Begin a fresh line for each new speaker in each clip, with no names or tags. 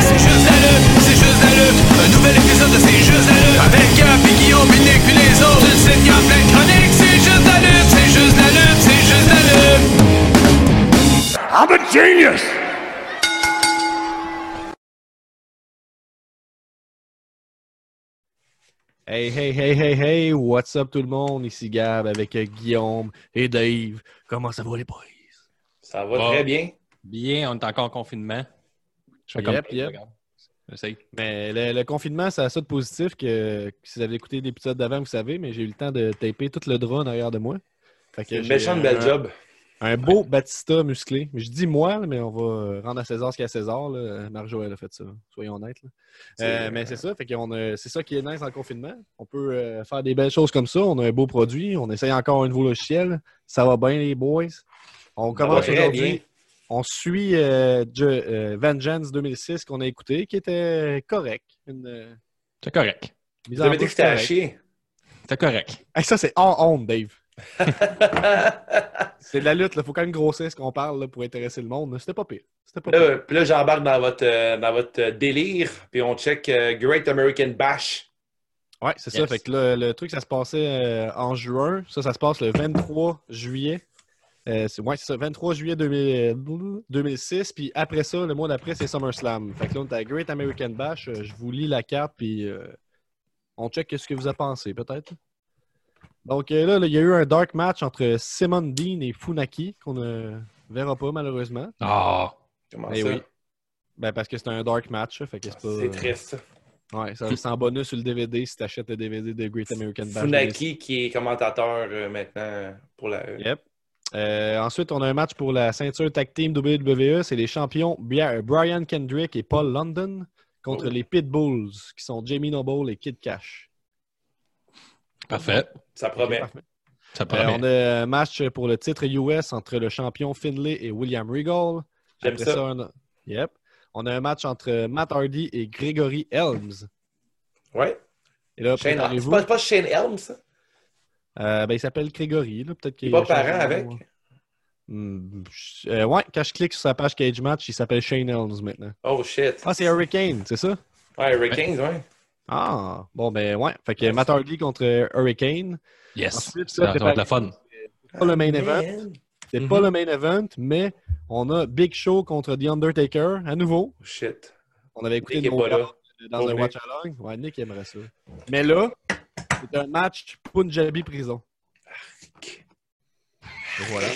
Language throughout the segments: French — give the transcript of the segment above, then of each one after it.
C'est juste la lutte, c'est juste la lutte. Un nouvel épisode de C'est juste la lutte. Avec Gap et Guillaume, puis Nick, puis les autres. Une sitcom plein de chroniques. C'est juste la lutte, c'est juste la lutte, c'est juste la lutte.
I'm a genius!
Hey, hey, hey, hey, hey, what's up tout le monde? Ici Gab avec euh, Guillaume et Dave. Comment ça va les boys?
Ça va
Bon.
très bien.
Bien, on est encore en confinement. Je fais
Yep,
comme
yep.
regarde. J'essaye.
Mais le, le confinement, ça a ça de positif que, que si vous avez écouté l'épisode d'avant, vous savez, mais j'ai eu le temps de taper tout le drone derrière de moi. Fait que
C'est une
j'ai
méchante
un-
belle job.
Un beau Batista musclé. Je dis moi, là, mais on va rendre à César ce qu'il y a à César. là. Marjo, elle a fait ça. Soyons honnêtes. là. Euh, mais c'est ça. Fait qu'on a- c'est ça qui est nice dans le confinement. On peut euh, faire des belles choses comme ça. On a un beau produit. On essaye encore un nouveau logiciel. Ça va bien, les boys.
Ça
On
va
commence
très
aujourd'hui.
bien.
On suit euh, Je- euh, Vengeance 2006 qu'on a écouté, qui était correct. Une euh,
C'est correct.
mise
Vous
en
avez dit que
bouche
c'était à
correcte.
chier.
C'est correct.
Hey, ça, c'est hors honte, Dave. C'est de la lutte. Il faut quand même grossir ce qu'on parle là, pour intéresser le monde. C'était pas pire. C'était pas pire.
Là, puis là, j'embarque dans votre, euh, dans votre euh, délire, puis on check euh, Great American Bash.
Ouais, c'est ça.
Yes.
Fait que là, le truc, ça se passait euh, en juin. Ça, ça se passe le 23 juillet. Euh, c'est, ouais, c'est ça, 23 juillet euh, 2000 2006. Puis après ça, le mois d'après, c'est SummerSlam. Fait que là, on est à Great American Bash. Euh, Je vous lis la carte, puis euh, on check ce que vous a pensé, peut-être. Donc euh, là, là, il y a eu un dark match entre Simon Dean et Funaki qu'on ne verra pas, malheureusement.
Ah,
Comment
Eh
ça?
oui. Ben, parce que c'est un dark match. Fait que c'est, pas... euh,
C'est triste.
Ouais, ça- c'est en bonus sur le DVD si t'achètes le DVD de Great American Bash.
Funaki qui est commentateur euh, maintenant pour la E.
Yep. Euh, ensuite, on a un match pour la ceinture tag team WWE. C'est les champions Bia- euh, Brian Kendrick et Paul London contre
Oh.
les Pitbulls, qui sont Jamie Noble et Kid Cash.
parfait.
Ça promet.
Ok, parfait.
Ça
Euh,
promet.
on a un match pour le titre US entre le champion Finlay et William Regal.
J'aime
Après
ça.
on a... Yep. On a un match entre Matt Hardy et Gregory Helms.
Ouais.
Et là,
Shane Helm. C'est
préparez-vous.
pas, c'est pas Shane Helm, ça?
Euh, ben, il s'appelle Gregory. là. Peut-être
Il
qu'il
est pas
a changé
parent
de
avec?
nom. Hmm, je- euh, ouais, quand je clique sur sa page Cage Match, il s'appelle Shane Helms maintenant.
Oh shit.
Ah, c'est Hurricane, c'est ça?
Ouais, Hurricanes, ouais.
Ah, bon, ben ouais. Fait que Matt Hardy contre Hurricane.
Yes.
Ensuite,
Ça,
là,
ça va être le fun.
c'est pas le main event.
Man.
C'est
Mhm.
pas le main event, mais on a Big Show contre The Undertaker à nouveau.
Oh shit.
On avait écouté
Nick est
nos
pas là. Oh,
gars dans
Pas
un
lui.
Watch Along. Ouais, Nick aimerait ça. Mais là, c'est un match Punjabi prison. Voilà.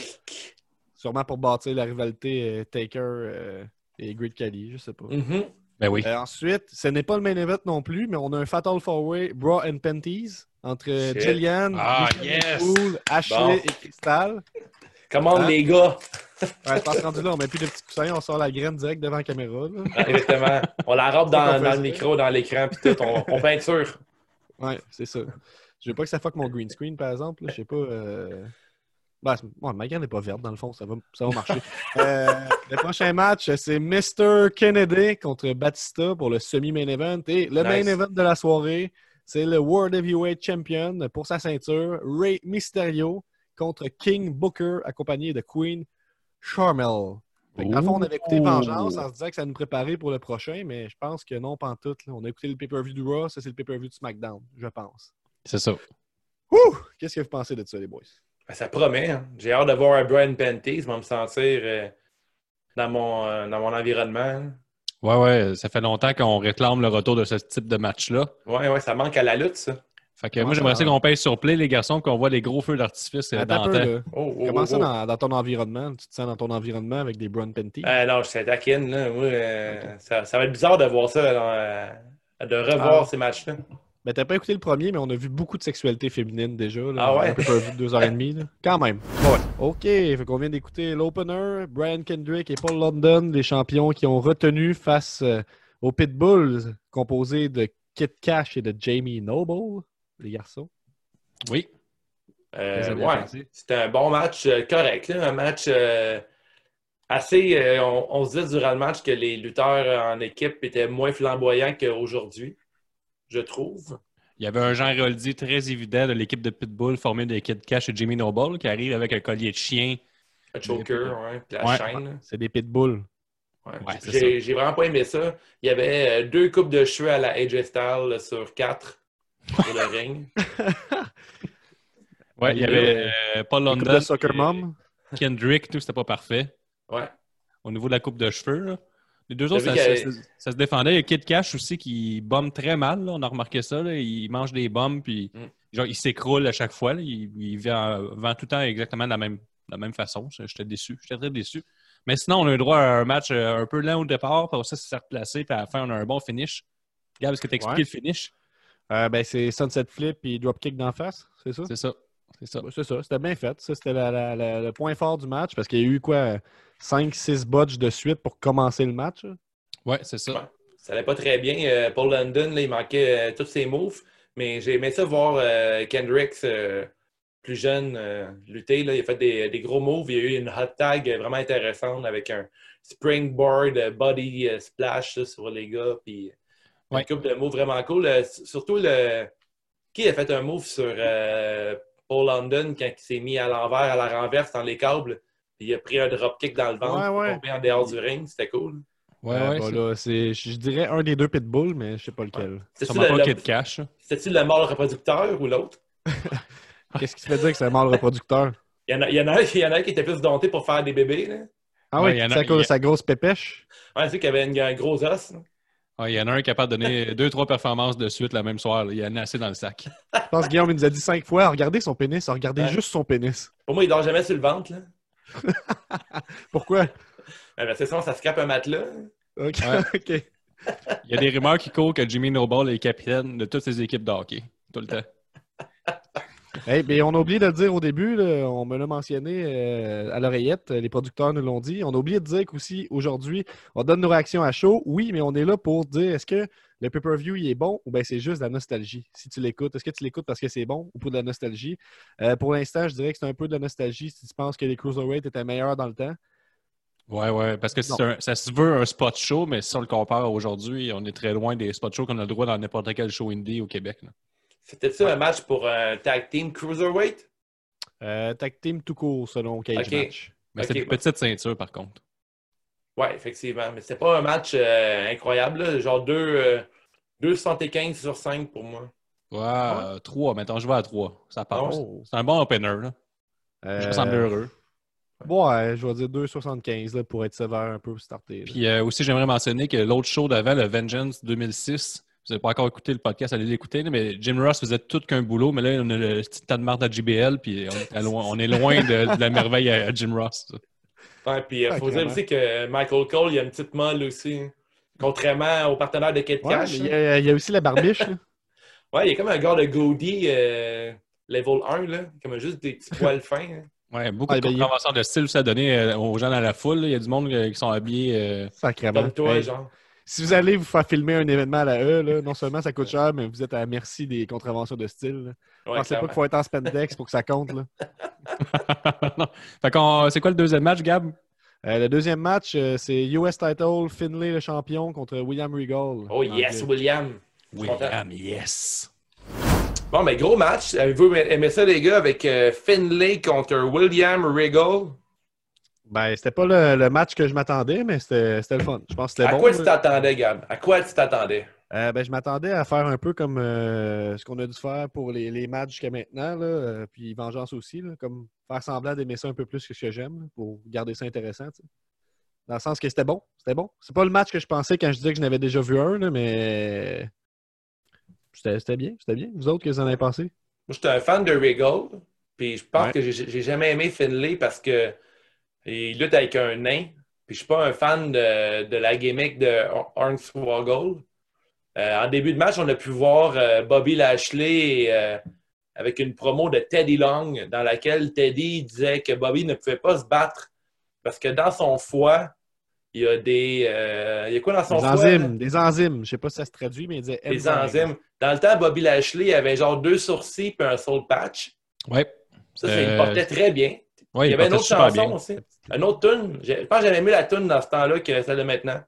Sûrement pour bâtir la rivalité euh, Taker euh, et Great Khali, je sais pas.
Mhm.
Ben oui.
Euh, ensuite, ce n'est pas le main event non plus, mais on a un Fatal Four Way Bra and Panties entre
Shit.
Jillian,
Ah,
Michelle
yes!
McCool, Ashley
Bon.
et Crystal.
Commande
Hein?
les gars.
Ouais, je pense rendu là, on met plus de petits coussins, on sort la graine direct devant la caméra. là.
Exactement. On l'enrobe dans,
qu'on
dans
faisait.
le micro, dans l'écran, puis tout. On, on peinture.
Ouais, c'est ça. Je veux pas que ça fuck mon green screen, par exemple. là. Je sais pas. euh, ben, c'est- ouais, ma graine n'est pas verte, dans le fond, ça va, ça va marcher. Euh, le prochain match, c'est Mr. Kennedy contre Batista pour le semi-main event. Et le
Nice.
main event de la soirée, c'est le World Heavyweight Champion pour sa ceinture, Ray Mysterio contre King Booker, accompagné de Queen Charmel. Fait que dans le fond, on avait écouté
Oh.
Ouh.
Vengeance en se disant que ça nous préparait pour le prochain, mais je pense que non, pantoute. Là. On a écouté le pay-per-view du Raw, ça c'est le pay-per-view du SmackDown, je pense.
C'est ça.
Ouh! Qu'est-ce que vous pensez de ça, les boys?
Ben, ça promet. hein. J'ai hâte de voir un Brian Panties. Je vais me sentir euh, dans, mon, euh, dans mon environnement. hein.
Ouais, ouais. Ça fait longtemps qu'on réclame le retour de ce type de match-là.
Ouais, ouais, ça manque à la lutte, ça.
Fait que
Comment
moi,
ça
j'aimerais
va?
ça qu'on pèse sur play, les garçons, qu'on voit les gros feux d'artifice euh,
Attends
dans
un peu,
le temps.
là.
Oh, oh,
Comment
oh,
ça
oh.
dans, dans ton environnement? Tu te sens dans ton environnement avec des brown panties?
Euh, non, je suis taquine. Là. Moi, euh, ça, ça va être bizarre de voir ça, dans, euh, de revoir
Ah.
ces matchs-là.
Ben, t'as pas écouté le premier, mais on a vu beaucoup de sexualité féminine déjà. Là,
Ah ouais? Ah
Un peu vu de deux heures et demie. là. Quand même. Ouais. OK, fait qu'on vient d'écouter l'opener, Brian Kendrick et Paul London, les champions qui ont retenu face euh, aux Pitbulls, composés de Kit Cash et de Jamie Noble, les garçons.
Oui.
Euh,
Qu'est-ce que vous avez
ouais.
pensé?
C'était un bon match euh, correct, là, un match euh, assez. euh, on, on se disait durant le match que les lutteurs en équipe étaient moins flamboyants qu'aujourd'hui, je trouve.
Il y avait un Jean Roldi très évident de l'équipe de Pitbull formée de Kid Cash et Jimmy Noble qui arrive avec un collier de chien
Le choker, ouais, puis la
Ouais.
chaîne. là.
C'est des pitbulls.
Ouais.
Ouais, c'est
J'ai j'ai vraiment pas aimé ça. Il y avait euh, deux coupes de cheveux à la AJ Styles là, sur quatre pour le ring.
Ouais, il
Des
y avait euh, Paul
Coupe
London.
de soccer
et
mom.
Kendrick, tout, c'était pas parfait.
Ouais.
Au niveau de la coupe de cheveux, là. Les deux
T'as vu
autres, ça,
qu'il y
ça-
avait-
ça- ça se défendait. Il y a Kid Cash aussi qui bombe très mal. là. On a remarqué ça. là. Il mange des bombes, puis
Mm.
genre, il s'écroule à chaque fois. là. Il, il vend, vend tout le temps exactement de la même, de la même façon. Ça, J'étais déçu. J'étais très déçu. Mais sinon, on a eu droit à un match euh, un peu lent au départ. Puis ça, ça s'est replacé. Puis à la fin, on a un bon finish. Gab, est-ce que tu expliqué
Ouais.
le finish?
Euh, ben, c'est Sunset Flip et Dropkick d'en face, c'est ça?
C'est ça. C'est ça.
Ouais, C'est ça, c'était bien fait. Ça, c'était la- la- la- le point fort du match parce qu'il y a eu quoi? 5-6 botches de suite pour commencer le match. là.
Ouais, c'est ça.
Ouais. Ça allait pas très bien. Euh, Paul London, là, il manquait euh, tous ses moves. Mais j'ai aimé ça voir euh, Kendricks euh, plus jeune euh, lutter. Là. Il a fait des, des gros moves. Il y a eu une hot tag euh, vraiment intéressante avec un springboard euh, body euh, splash là, sur les gars. Puis
Ouais.
une couple de moves vraiment cool. Euh, s- surtout le qui a fait un move sur euh, Paul London quand il s'est mis à l'envers, à la renverse dans les câbles. Puis il a pris un dropkick dans le ventre
Ouais,
pour
ouais.
tomber en dehors du ring. C'était cool.
Ouais,
Euh,
ouais,
bah,
c'est-
là, c'est- je je dirais un des deux pitbulls, mais je sais pas lequel.
C'est
Sûrement pas Kid Cash. là.
C'était-tu le mâle reproducteur ou l'autre?
Qu'est-ce qui se fait dire que c'est un mâle reproducteur?
Il y, en a, il, y en a, il y en a un qui était plus dompté pour faire des bébés. Là.
Ah
Ouais,
oui,
il y en a-
c'est à cause
il
de
y a-
sa grosse pépèche.
Ouais, c'est qui avait une- un gros os. là.
Ah, Il y en a un capable de donner deux, trois performances de suite la même soir. là. Il y en a assez dans le sac.
Je pense que Guillaume il nous a dit cinq fois, regardez son pénis, regardez
Ouais.
juste son pénis.
Pour moi, il dort jamais sur le ventre. Là.
Pourquoi?
Ouais, ben, c'est ça, ça se crape un matelas.
Ok,
Ouais.
ok.
Il y a des rumeurs qui courent que Jimmy Noble est capitaine de toutes ses équipes de hockey. Tout le temps.
Hey, ben, on a oublié de le dire au début, là, on me l'a mentionné euh, à l'oreillette, les producteurs nous l'ont dit. On a oublié de dire qu'aussi, aujourd'hui, on donne nos réactions à chaud. Oui, mais on est là pour dire est-ce que le pay-per-view il est bon ou bien c'est juste de la nostalgie si tu l'écoutes. Est-ce que tu l'écoutes parce que c'est bon ou pour de la nostalgie? Euh, pour l'instant, je dirais que c'est un peu de la nostalgie si tu penses que les Cruiserweight étaient meilleurs dans le temps.
Ouais, ouais. Parce que c'est un- ça se veut un spot show, mais si on le compare aujourd'hui, on est très loin des spot shows qu'on a le droit dans n'importe quel show indie au Québec. là.
C'était ça un match pour un tag team cruiserweight?
Euh, tag team tout court selon Cage
Ok.
Match.
Mais
Ok,
c'est des
bah-
petites ceintures, par contre.
Oui, effectivement. Mais c'était pas un match euh, incroyable. là. Genre deux, euh, 2,75 sur 5 pour moi.
Ouais, euh, trois. Maintenant, je vais à trois. Ça passe.
Oh.
C'est un bon opener. Là. Je me sens
Euh,
heureux.
Ouais, je vais dire 2,75 là, pour être sévère un peu pour starter. là.
Puis euh, aussi, j'aimerais mentionner que l'autre show d'avant, le Vengeance 2006, vous n'avez pas encore écouté le podcast, allez l'écouter, là, mais Jim Ross faisait tout qu'un boulot, mais là, on a le petit tas de marde à JBL, puis on, est loin- on est loin de, de la merveille à, à Jim Ross. ça.
Ouais, puis il
Ah,
faut dire
clairement.
aussi que Michael Cole, il a une petite molle aussi. hein. Contrairement au partenaire de Kate
Ouais, mais
Cash.
il, y
là.
a, il y a aussi la barbiche. là.
Ouais, il est comme un gars de Goody euh, level 1, là. Comme juste des petits poils fins. hein.
Ouais, beaucoup
Ah,
de
ben, il-
conventions de style, ça a donné euh, aux gens dans la foule. là. Il y a du monde euh, qui sont habillés. euh,
Sacrément.
Comme toi,
Ah Hey,
genre.
si vous allez vous faire filmer un événement à la E, là, non seulement ça coûte cher, mais vous êtes à la merci des contraventions de style. là.
Ouais,
Pensez pas
clairement.
qu'il faut être en spandex pour que ça compte. là.
non. Fait qu'on- c'est quoi le deuxième match, Gab?
Euh, le deuxième match, euh, c'est US Title, Finlay le champion contre William Regal.
Oh yes,
Anglais.
William.
William, yes!
Bon, mais gros match. Avez-vous aimé ça, les gars, avec euh, Finlay contre William Regal?
Ben, c'était pas le, le match que je m'attendais, mais c'était c'était le fun. Je pense que
À
c'était bon. hein?
quoi
là.
tu t'attendais, Gab? À quoi tu t'attendais?
Euh, ben, je m'attendais à faire un peu comme euh, ce qu'on a dû faire pour les, les matchs jusqu'à maintenant, là, euh, puis Vengeance aussi, là, comme faire semblant d'aimer ça un peu plus que ce que j'aime là, pour garder ça intéressant. tu sais. Dans le sens que c'était bon, c'était bon. C'est pas le match que je pensais quand je disais que je n'avais déjà vu un, là, mais c'était c'était bien, c'était bien. Vous autres, qu'est-ce que vous en avez pensé?
Moi, j'étais un fan de Regal, puis je pense
Ouais.
que j'ai j'ai jamais aimé Finlay parce que il lutte avec un nain, puis je suis pas un fan de, de la gimmick de Hornswoggle. Euh, en début de match, on a pu voir euh, Bobby Lashley euh, avec une promo de Teddy Long dans laquelle Teddy disait que Bobby ne pouvait pas se battre parce que dans son foie, il y a des... euh, il y a quoi dans
Des
son foie? là?
enzymes, des enzymes. Je sais pas si ça se traduit, mais il disait
Des enzymes. Dans le temps, Bobby Lashley avait genre deux sourcils puis un soul patch.
Ouais.
Ça, c'est- il
Euh,
portait très bien.
ouais
il y avait une
portait
autre
super
chanson
bien.
aussi. Une autre tune. Je pense que j'avais mieux la tune dans ce temps-là que celle de maintenant.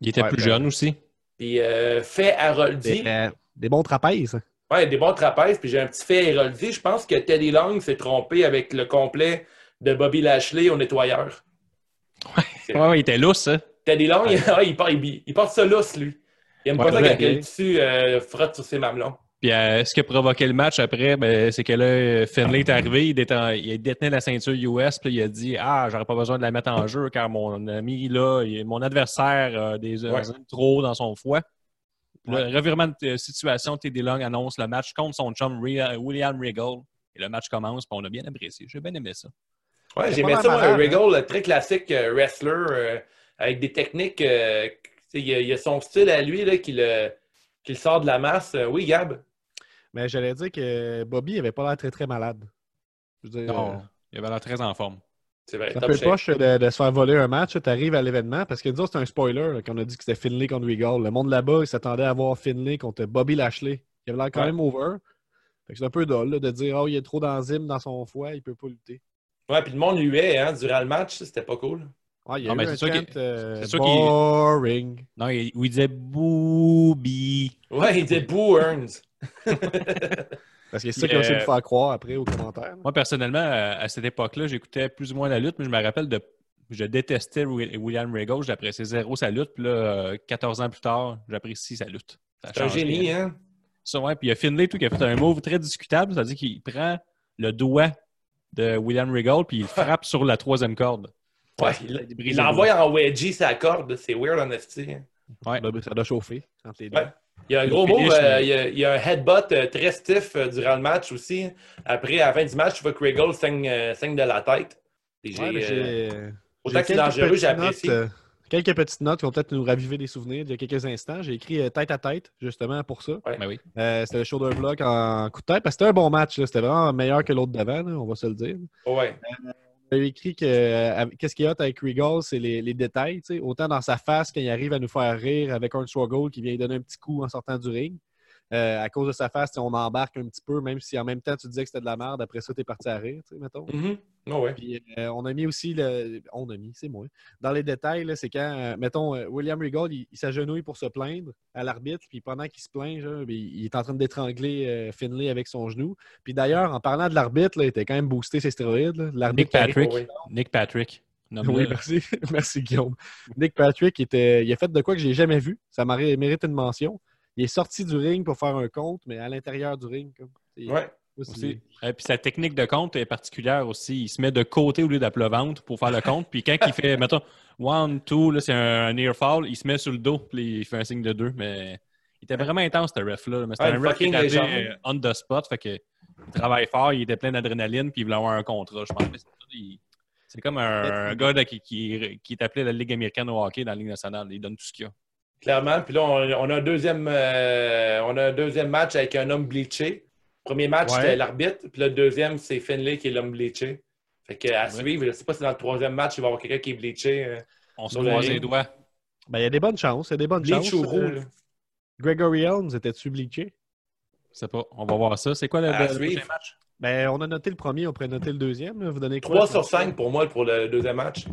Il était
Ouais,
plus
ben-
jeune aussi.
Puis euh, fait
Des,
Haroldi.
euh, des bons trapèzes. hein.
Ouais, des bons trapèzes. Puis j'ai un petit fait Haroldi. Je pense que Teddy Long s'est trompé avec le complet de Bobby Lashley au nettoyeur.
Ouais, ouais, il était lousse, hein?
Teddy Long, il, ah, il, part- il- il porte ça lousse, lui. Il aime
Ouais,
pas ça
ouais.
quand le dessus euh, frotte sur ses mamelons.
Puis euh, ce qui a provoqué le match après, ben, c'est que là, euh, Finlay est arrivé, il, déten- il détenait la ceinture US, puis il a dit Ah, j'aurais pas besoin de la mettre en jeu car mon ami, là, il- mon adversaire a des
Ouais.
enzymes trop dans son foie. Puis là, revirement de euh, situation, Teddy Long annonce le match contre son chum Ria- William Regal. Et le match commence, puis on a bien apprécié. J'ai bien aimé ça.
Ouais,
C'est
j'aimais
pas
ça,
mal
moi, un
malade, hein?
Regal, le très classique euh, wrestler, euh, avec des techniques. euh, tu sais, il, a, il a son style à lui là, qui, le, qui le sort de la masse. Euh, Oui, Gab.
Mais j'allais dire que Bobby avait pas l'air très très malade. Je veux dire, euh,
Il avait l'air très en forme.
C'est vrai.
C'est un
Ben, top
peu
shape.
poche de, de se faire voler un match. Tu arrives à l'événement parce que disons, c'est un spoiler là, qu'on a dit que c'était Finlay contre Regal. Le monde là-bas, il s'attendait à voir Finlay contre Bobby Lashley. Il avait l'air quand
Ouais.
même over. Fait que c'est un peu dole là, de dire Oh, il y a trop d'enzymes dans son foie, il peut pas lutter.
Ouais, puis le monde huait hein, durant le match, ça, c'était pas cool.
Ouais, il y a
Non, mais
eu un
c'est sûr
chant,
qu'il-
euh,
c'est sûr qu'il-
boring.
Non, il, il disait Booby.
Ouais, il disait Boo Earns.
Parce que c'est ça qu'il a essayé de
Euh,
faire croire après aux commentaires. là.
Moi, personnellement, à, à cette époque-là, j'écoutais plus ou moins la lutte, mais je me rappelle de. Je détestais Wi- William Regal, j'appréciais zéro sa lutte, puis là, euh, 14 ans plus tard, j'apprécie sa lutte. Ça a
C'est un
changé. euh,
génie, hein?
Ça, ouais, puis il y a Finlay tout, qui a fait un move très discutable, c'est-à-dire qu'il prend le doigt de William Regal, puis il frappe sur la troisième corde.
Ouais,
Ça
il
brise
il
le
l'envoie en wedgie sa corde. C'est weird, en esti, hein.
ouais.
Ça doit- Ça doit chauffer entre les deux.
Ouais. Il y a un gros
Le
move,
finish,
euh,
mais-
il, y a, il y a un headbutt euh, très stiff euh, durant le match aussi. Après, à la fin du match, tu vois que Regal saigne, euh, saigne de la tête. Et j'ai,
Ouais, mais
euh,
j'ai-
autant
j'ai
que c'est
quelques
dangereux,
petites
j'ai apprécié.
notes, euh, Quelques petites notes qui vont peut-être nous raviver des souvenirs d'il y a quelques instants. J'ai écrit euh, tête à tête, justement, pour ça.
Ben oui.
Euh, c'était le show d'un bloc en coup de tête. Parce que c'était un bon match. là. C'était vraiment meilleur que l'autre d'avant, là, on va se le dire.
Ouais.
On a écrit que euh, avec- qu'est-ce qu'il y a avec Regal, c'est les, les détails. tu sais. Autant dans sa face quand il arrive à nous faire rire avec un Gold qui vient lui donner un petit coup en sortant du ring. Euh, à cause de sa face, tu sais, on embarque un petit peu, même si en même temps tu disais que c'était de la merde. Après ça, t'es parti à rire, tu sais, mettons.
Mhm. Ouais, ouais.
Puis euh, on a mis aussi le. On a mis, c'est moi. Dans les détails, là, c'est quand, euh, mettons, euh, William Regal, il, il s'agenouille pour se plaindre à l'arbitre, puis pendant qu'il se plaint, genre, ben, il, il est en train d'étrangler euh, Finlay avec son genou. Puis d'ailleurs, en parlant de l'arbitre, là, il était quand même boosté ses stéroïdes. là.
Nick
L'arbitre qui arrive-
Patrick.
Oh, ouais.
Nick Patrick. euh, Nomme-le.
Oui, merci. merci, Guillaume. Nick Patrick, était, il a fait de quoi que j'ai jamais vu. Ça m'aurait- mérite une mention. Il est sorti du ring pour faire un compte, mais à l'intérieur du ring. Comme, Il-
Ouais.
Moi, c'est-
Aussi. Euh, puis sa technique de compte est particulière aussi. Il se met de côté au lieu d'appeler le ventre pour faire le compte. Puis quand il fait, mettons, one, two, là, c'est un, un ear foul, il se met sur le dos, puis il fait un signe de deux. Mais il était vraiment intense, ce ref-là. Mais c'était
Ah,
un
une
ref qui
fucking
était
légende.
euh, on the spot. Fait que il travaille fort, il était plein d'adrénaline, puis il voulait avoir un contrat. Je pense que c'est ça, il- c'est comme un, un gars là, qui, qui, qui est appelé à la Ligue américaine au hockey dans la Ligue nationale. Il donne tout ce qu'il a.
Clairement. Puis là, on, on a un deuxième, euh, on a un deuxième match avec un homme bleaché. Premier match,
Ouais.
c'était l'arbitre. Puis le deuxième, c'est Finlay qui est l'homme bleaché. Fait que, à
Ouais.
suivre, je sais pas si dans le troisième match, il va y avoir quelqu'un qui est bleaché. euh,
On se
Sur la
croise les
ligne.
doigts.
Ben, il y a des bonnes chances. Il y a des bonnes
bleach
chances.
ou rouge.
Euh, Gregory Helms était-tu bleaché?
Je sais pas. On va voir ça. C'est quoi le,
À
le- le
suivre.
prochain match?
Ben, on a noté le premier, on pourrait noter le deuxième. là. Vous donnez quoi?
3 sur 5 pour moi pour le deuxième match.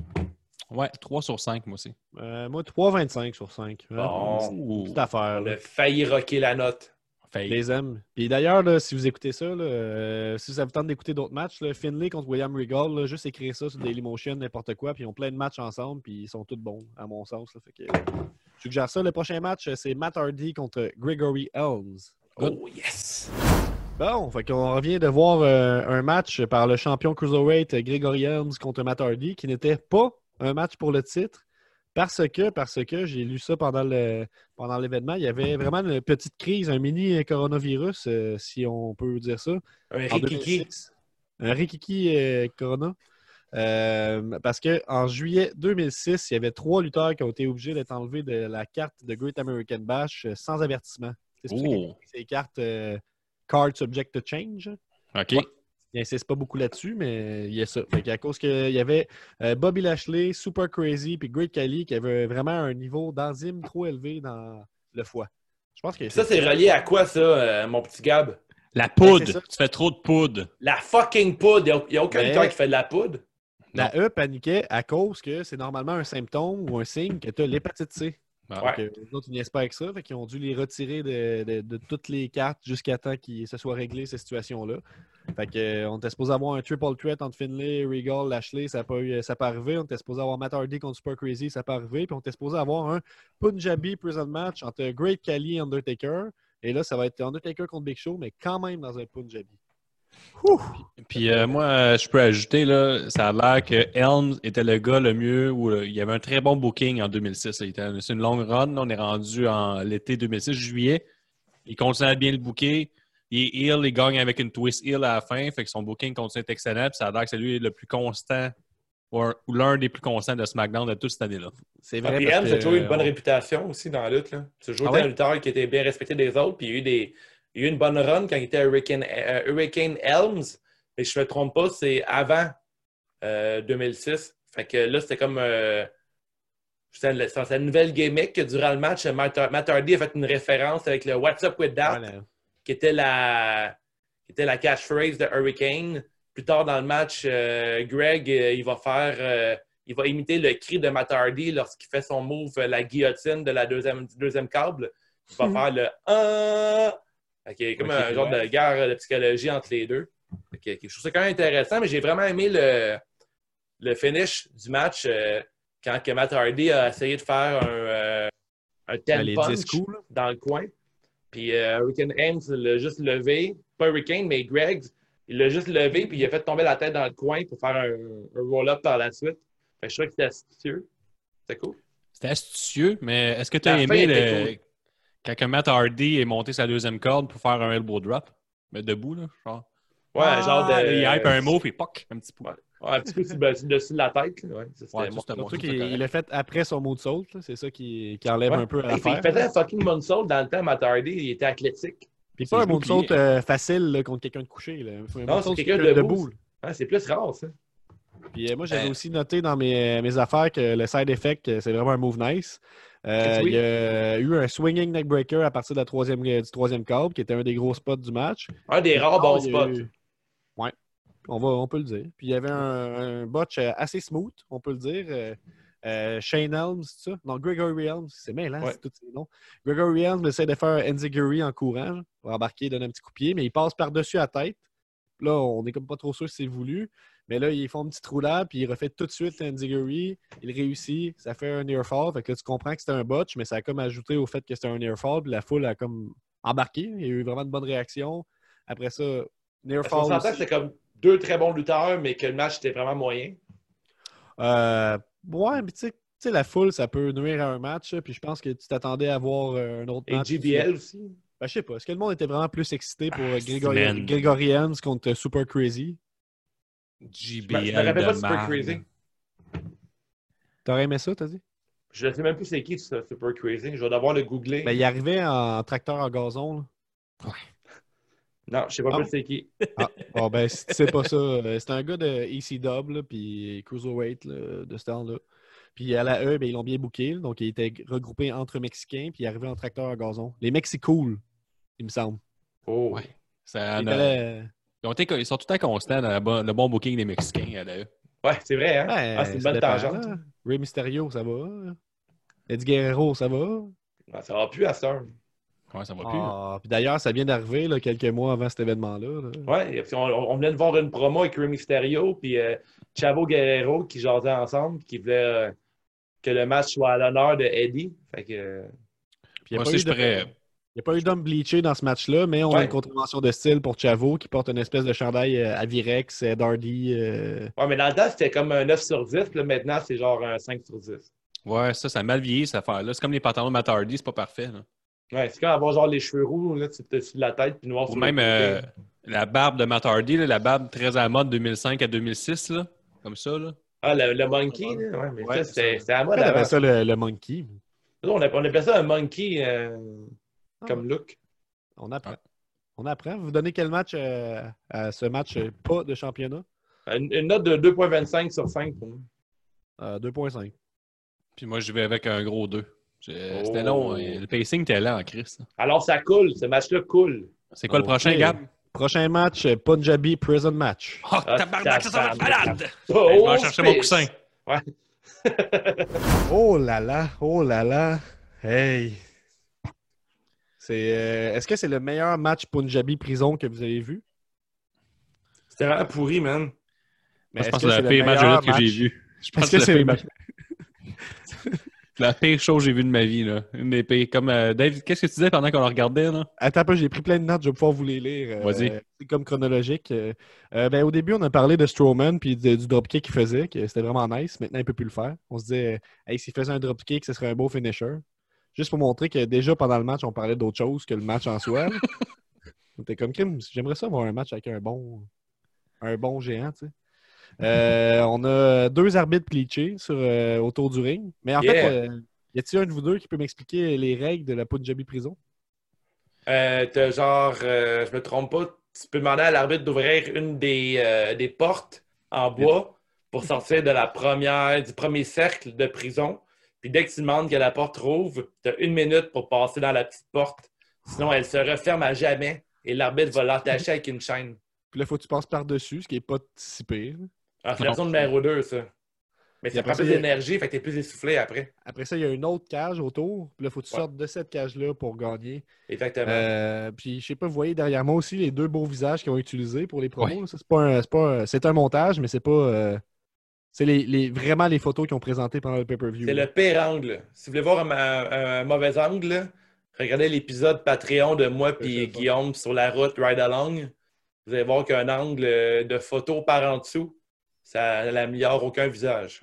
Ouais, 3 sur 5, moi aussi.
Euh, moi, 3,25 sur 5.
Bon.
Ouh.
Petite affaire.
On
là.
a failli rocker la note.
Fait-
Je les aime. Puis d'ailleurs, là, si vous écoutez ça, là, euh, si ça vous tente d'écouter d'autres matchs, là, Finlay contre William Regal, là, juste écrire ça sur Dailymotion, n'importe quoi, puis ils ont plein de matchs ensemble, puis ils sont tous bons, à mon sens. là. Fait que, euh, je suggère ça. Le prochain match, euh, c'est Matt Hardy contre Gregory Helms.
Good.
Oh yes!
Bon, fait qu'on revient de voir euh, un match par le champion Cruiserweight euh, Gregory Helms contre Matt Hardy qui n'était pas un match pour le titre parce que, parce que j'ai lu ça pendant le pendant l'événement, il y avait vraiment une petite crise, un mini coronavirus, euh, si on peut dire ça.
Un
En
Rikiki.
2006. Un Rikiki euh, Corona. Euh, parce qu'en juillet 2006, il y avait trois lutteurs qui ont été obligés d'être enlevés de la carte de Great American Bash euh, sans avertissement. C'est pour ça qu'il y a
Oh,
ces cartes euh, Card Subject to Change.
Oh, OK.
Il n'insiste pas beaucoup là-dessus, mais il y a ça. Fait à cause qu'il y avait euh, Bobby Lashley, Super Crazy, puis Great Khali qui avaient vraiment un niveau d'enzyme trop élevé dans le foie. Je pense que
Ça, c'est relié à quoi, ça, euh, mon petit Gab?
La
Ben, c'est ça.
poudre. Tu fais trop de poudre.
La fucking poudre. Il n'y a aucun
Mais-
lutteur qui fait de la poudre.
La E paniquait à cause que c'est normalement un symptôme ou un signe que tu as l'hépatite C.
Ah,
Ouais.
Donc, euh, les autres, ils niaisent pas avec ça. Fait qu'ils ont dû les retirer de, de- de toutes les cartes jusqu'à temps qu'il se soit réglé cette situation-là. Fait que, euh, on était supposé avoir un triple threat entre Finlay, Regal, Lashley. Ça n'a pas, eu- euh, ça a pas arrivé. On était supposé avoir Matt Hardy contre Super Crazy. Ça n'a pas arrivé. Puis on était supposé avoir un Punjabi Prison Match entre Great Khali et Undertaker. Et là, ça va être Undertaker contre Big Show, mais quand même dans un Punjabi.
Puis euh, moi, euh, je peux ajouter, là, ça a l'air que Helms était le gars le mieux où euh, il y avait un très bon booking en 2006. là. Il était- C'est une longue run. là, on est rendu en l'été 2006, juillet. Il continue à bien le booker. Il est heel, il gagne avec une twist heel à la fin. Fait que son booking continue d'être excellent. Puis ça a l'air que c'est lui le plus constant ou un- ou l'un des plus constants de SmackDown de toute cette année-là.
C'est
Ah,
vrai.
Puis
parce
Helms a
que-
toujours eu une bonne
on-
réputation aussi dans la lutte. là. C'est toujours
Ah
été
ouais?
un lutteur qui était bien respecté des autres. Puis il y a eu, des... il y a eu une bonne run quand il était à Hurricane, euh, Hurricane Helms. Et je ne me trompe pas, c'est avant euh, 2006. Fait que là, c'était comme. euh, c'était la- c'était sa nouvelle gimmick que durant le match, Matt Matt Hardy a fait une référence avec le What's Up With That,
Voilà.
qui était la, qui était la catchphrase de Hurricane. Plus tard dans le match, euh, Greg, euh, il va faire, euh, il va imiter le cri de Matt Hardy lorsqu'il fait son move, euh, la guillotine de la deuxième, du deuxième câble. Il va faire le ah. Fait qu'il y a comme
Ok,
un genre
ouais.
de guerre de psychologie entre les deux. Fait que je trouve ça quand même intéressant, mais j'ai vraiment aimé le, le finish du match euh, quand que Matt Hardy a essayé de faire un, euh, un
Ah,
ten
les
punch
10 coups, là.
dans le coin. Puis euh, Hurricane Ames l'a juste levé. Pas Hurricane, mais Greg, il l'a juste levé, puis il a fait tomber la tête dans le coin pour faire un, un roll-up par la suite. Fait que je trouvais que c'était astucieux. C'était cool.
C'était astucieux, mais est-ce que tu as
La fin
aimé
était
le... quand que Matt Hardy est monté sa deuxième corde pour faire un elbow drop? Mais debout, là, genre.
Ouais, un genre de.
Ah, Il hype un mot, puis poc, un petit peu.
Ouais, un petit peu sur le- sur le dessus de la tête. là. Ouais, ça, c'était
Ouais, ça,
mon-
c'était bon,
Surtout
ça,
qu'il
c'était correct.
il l'a fait après son mot de saut. C'est ça qui, qui enlève
Ouais.
un peu à
Hey, puis il
l'affaire.
faisait un fucking moonsault dans le temps, Matt Hardy. Il était athlétique.
Puis
C'est
pas un
genou
mot de saut
plié.
euh, facile là, contre quelqu'un de couché. Là. Un
Non,
moonsault
c'est quelqu'un
sur-
de Ben. debout.
là.
Hein, c'est plus rare, ça.
Puis euh, moi, j'avais
Euh.
aussi noté dans mes, mes affaires que le side effect, euh, c'est vraiment un move nice. Euh,
Yes, oui.
il y a eu un swinging neckbreaker à partir de la troisième, euh, du troisième câble, qui était un des gros spots du match.
Un des rares bons
Ah, Il y a
spots.
eu- Ouais, on, va, on peut le dire. Puis il y avait un, un botch euh, assez smooth, on peut le dire. Euh, euh, Shane Helms, c'est ça? Non, Gregory Helms, c'est mêlant,
Ouais.
c'est tous ces noms. Gregory Helms essaie de faire Enziguri en courant, va embarquer, donne un petit coup de pied, mais il passe par-dessus la tête. Là, on n'est comme pas trop sûr si c'est voulu. Mais là, ils font une petite roulade, puis il refait tout de suite l'Enziguri. Il réussit, ça fait un near fall. Fait que là, tu comprends que c'était un botch, mais ça a comme ajouté au fait que c'était un near fall, puis la foule a comme embarqué. Il y a eu vraiment de bonnes réactions. Après ça, near
Parce qu'on
fall.
s'entend que
aussi.
c'était comme deux très bons lutteurs, mais que le match était vraiment moyen.
Euh, ouais, mais tu sais- tu sais, la foule, ça peut nuire à un match, là, puis je pense que tu t'attendais à voir euh, un autre
Et
match.
JBL aussi.
Ben, je sais pas. Est-ce que le monde était vraiment plus excité pour
Ah,
euh, Gregory,
man.
Gregory Helms contre euh, Super Crazy?
Je me-
JBL.
je me rappelle pas
de
de Super
marde.
Crazy.
T'aurais aimé ça, t'as dit?
Je ne sais même plus c'est qui ça, Super Crazy. Je vais devoir le googler.
Ben, il arrivait en tracteur en gazon. là.
Non, je sais pas
Ah.
plus c'est qui.
Ah, bon, ben, si tu sais pas ça, euh, c'est un gars de ECW, là, puis Cruiserweight, là, de ce temps-là. Puis à la E, ben, ils l'ont bien booké, là, donc il était regroupé entre Mexicains, puis il arrivait en tracteur à gazon. Les Mexicool, il me semble.
Oh.
Ouais. Ça en
Il
a-
fallait-
ils, ont été co- ils sont tout le temps constants dans la bo- le bon booking des Mexicains euh, à l'AE.
Ouais, c'est vrai, hein?
Ben,
ah, c'est une
ça
bonne
dépend,
tangente.
hein. Ray Mysterio, ça va. Eddie Guerrero, ça va.
Ah, ça va plus à ça.
Ouais, ça va
hein.
plus. là.
Ah, puis d'ailleurs, ça vient d'arriver là, quelques mois avant cet événement-là. là.
Ouais, et puis on, on venait de voir une promo avec Rey Mysterio puis euh, Chavo Guerrero qui jasaient ensemble puis qui voulait euh, que le match soit à l'honneur de Eddie. Fait que, euh,
Puis il n'y a
Moi
pas
aussi,
eu
je
de-
pourrais.
il y a pas eu d'homme bleaché dans ce match-là, mais on a
Ouais.
une contravention de style pour Chavo qui porte une espèce de chandail euh, Avirex, Ed Hardy. euh,
ouais, mais dans le temps, c'était comme un 9 sur 10. puis là, maintenant, c'est genre un 5 sur 10.
Ouais, ça, ça a mal vieilli, cette affaire-là. C'est comme les pantalons de Matt Hardy, c'est pas parfait. là.
Ouais, c'est comme avoir genre les cheveux roux, là, tu te dessus de la tête puis noir
Ou
sur
même
le côté.
euh, la barbe de Matt Hardy, là, la barbe très à la mode 2005 à 2006, là, comme ça. Là.
Ah, le, le monkey, là, ouais, mais
Ouais,
ça,
c'est
c'était
ça.
c'était à la mode
Pourquoi
avant.
t'appelles ça le, le monkey?
Nous, On, appelle- on appelait ça un monkey euh,
Ah.
comme look.
On apprend. On apprend. Vous donnez quel match euh, à ce match euh, pas de championnat?
Une, une note de 2.25 sur 5 pour moi.
Euh, 2.5.
Puis moi, je vais avec un gros 2.
Oh.
C'était long. euh, Le pacing était lent en Christ. là.
Alors ça coule, ce match-là coule.
C'est quoi le
Ok.
prochain, Gab?
Prochain match, euh, Punjabi Prison Match.
Oh, tabarnak, ça, ça va être malade!
Oh,
Hey, je vais aller chercher mon
space.
coussin.
Oh là là, oh là là. Hey! C'est, euh, est-ce que c'est le meilleur match Punjabi-prison que vous avez vu?
C'était vraiment pourri, man.
Moi, je
est-ce
pense que c'est le pire match de
meilleur
lutte que j'ai
match?
vu. Je pense
Est-ce que c'est le
pire- la pire chose que j'ai vue de ma vie, là. Une des pires. Comme euh, Dave, qu'est-ce que tu disais pendant qu'on le regardait, là?
Attends un peu, j'ai pris plein de notes, je vais pouvoir vous les lire. euh,
Vas-y.
C'est comme chronologique. euh. Euh, ben, au début, on a parlé de Strowman puis de- du dropkick qu'il faisait, que c'était vraiment nice. Maintenant, il ne peut plus le faire. On se disait, euh, hey, s'il faisait un dropkick, ce serait un beau finisher. Juste pour montrer que déjà pendant le match, on parlait d'autre chose que le match en soi. là. on était comme, Crime, j'aimerais ça avoir un match avec un bon, un bon géant, tu sais. Euh, on a deux arbitres glitchés sur, euh, autour du ring. Mais en
Yeah.
fait, euh, y a-t-il un de vous deux qui peut m'expliquer les règles de la Punjabi prison?
Euh, t'as genre, euh, je me trompe pas, tu peux demander à l'arbitre d'ouvrir une des, euh, des portes en bois pour sortir de la première, du premier cercle de prison. Puis dès que tu demandes que la porte rouvre, t'as une minute pour passer dans la petite porte. Sinon, elle se referme à jamais et l'arbitre va l'attacher avec une chaîne.
Puis là, faut que tu passes par-dessus, ce qui n'est pas si pire.
Alors, Ah, c'est
Non.
la zone numéro 2, ça. Mais
Et
ça
après
prend
ça,
plus
il y a-
d'énergie, fait que t'es plus essoufflé après.
Après ça, il y a une autre cage autour. Puis là, faut que tu
Ouais.
sortes de cette cage-là pour gagner.
Exactement.
Euh, puis je sais pas, vous voyez derrière moi aussi les deux beaux visages qu'ils ont utilisés pour les promos.
Ouais.
là. Ça, C'est pas un, c'est pas un- c'est un montage, mais c'est pas. euh, c'est les, les- vraiment les photos qu'ils ont présentées pendant le pay-per-view.
C'est le pire angle. Si vous voulez voir un, un- un mauvais angle, là, regardez l'épisode Patreon de moi
c'est
et
ça.
Guillaume sur la route Ride Along. Vous allez voir qu'un angle euh, de photo par en dessous, ça n'améliore aucun visage.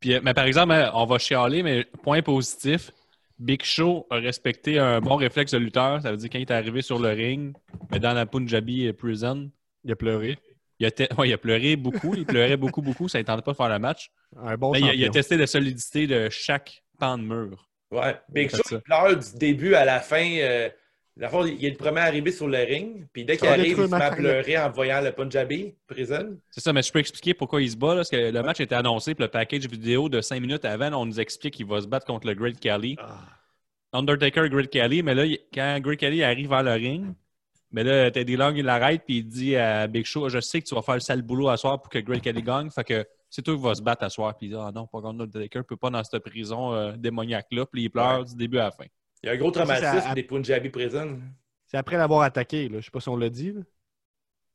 Puis, euh, mais par exemple, euh, on va chialer, mais point positif, Big Show a respecté un bon réflexe de lutteur. Ça veut dire quand il est arrivé sur le ring, mais dans la Punjabi euh, Prison,
Il a pleuré.
il a, te- ouais, il a pleuré beaucoup. Il pleurait beaucoup, beaucoup. Ça ne tentait pas de faire le match.
Un bon
Mais Ben, il, a, il a
champion.
testé la solidité de chaque pan de mur.
Ouais. Big
fait
Show,
ça.
il pleure du début à la fin. euh, la fois, il est le premier arrivé sur le ring, puis dès qu'il
Ça va
arrive,
détruire
il se
ma
met à
carrière.
pleurer en voyant le Punjabi prison.
C'est ça, mais je peux expliquer pourquoi il se bat. là, parce que le match était annoncé, puis le package vidéo de 5 minutes avant, on nous explique qu'il va se battre contre le Great Khali. Undertaker, Great Khali, mais là, il- quand Great Khali arrive vers le ring, mais là, Teddy Long, il l'arrête, puis il dit à Big Show, je sais que tu vas faire le sale boulot à soir pour que Great Khali gagne, fait que c'est toi qui vas se battre à soir. Puis il dit, ah non, pas contre Undertaker, peut pas dans cette prison euh, démoniaque-là, puis il pleure du début à la fin.
Il y a un gros
Ça, c'est à-
traumatisme
à-
des Punjabi prison.
C'est après l'avoir attaqué. là. Je sais pas si on l'a dit. là.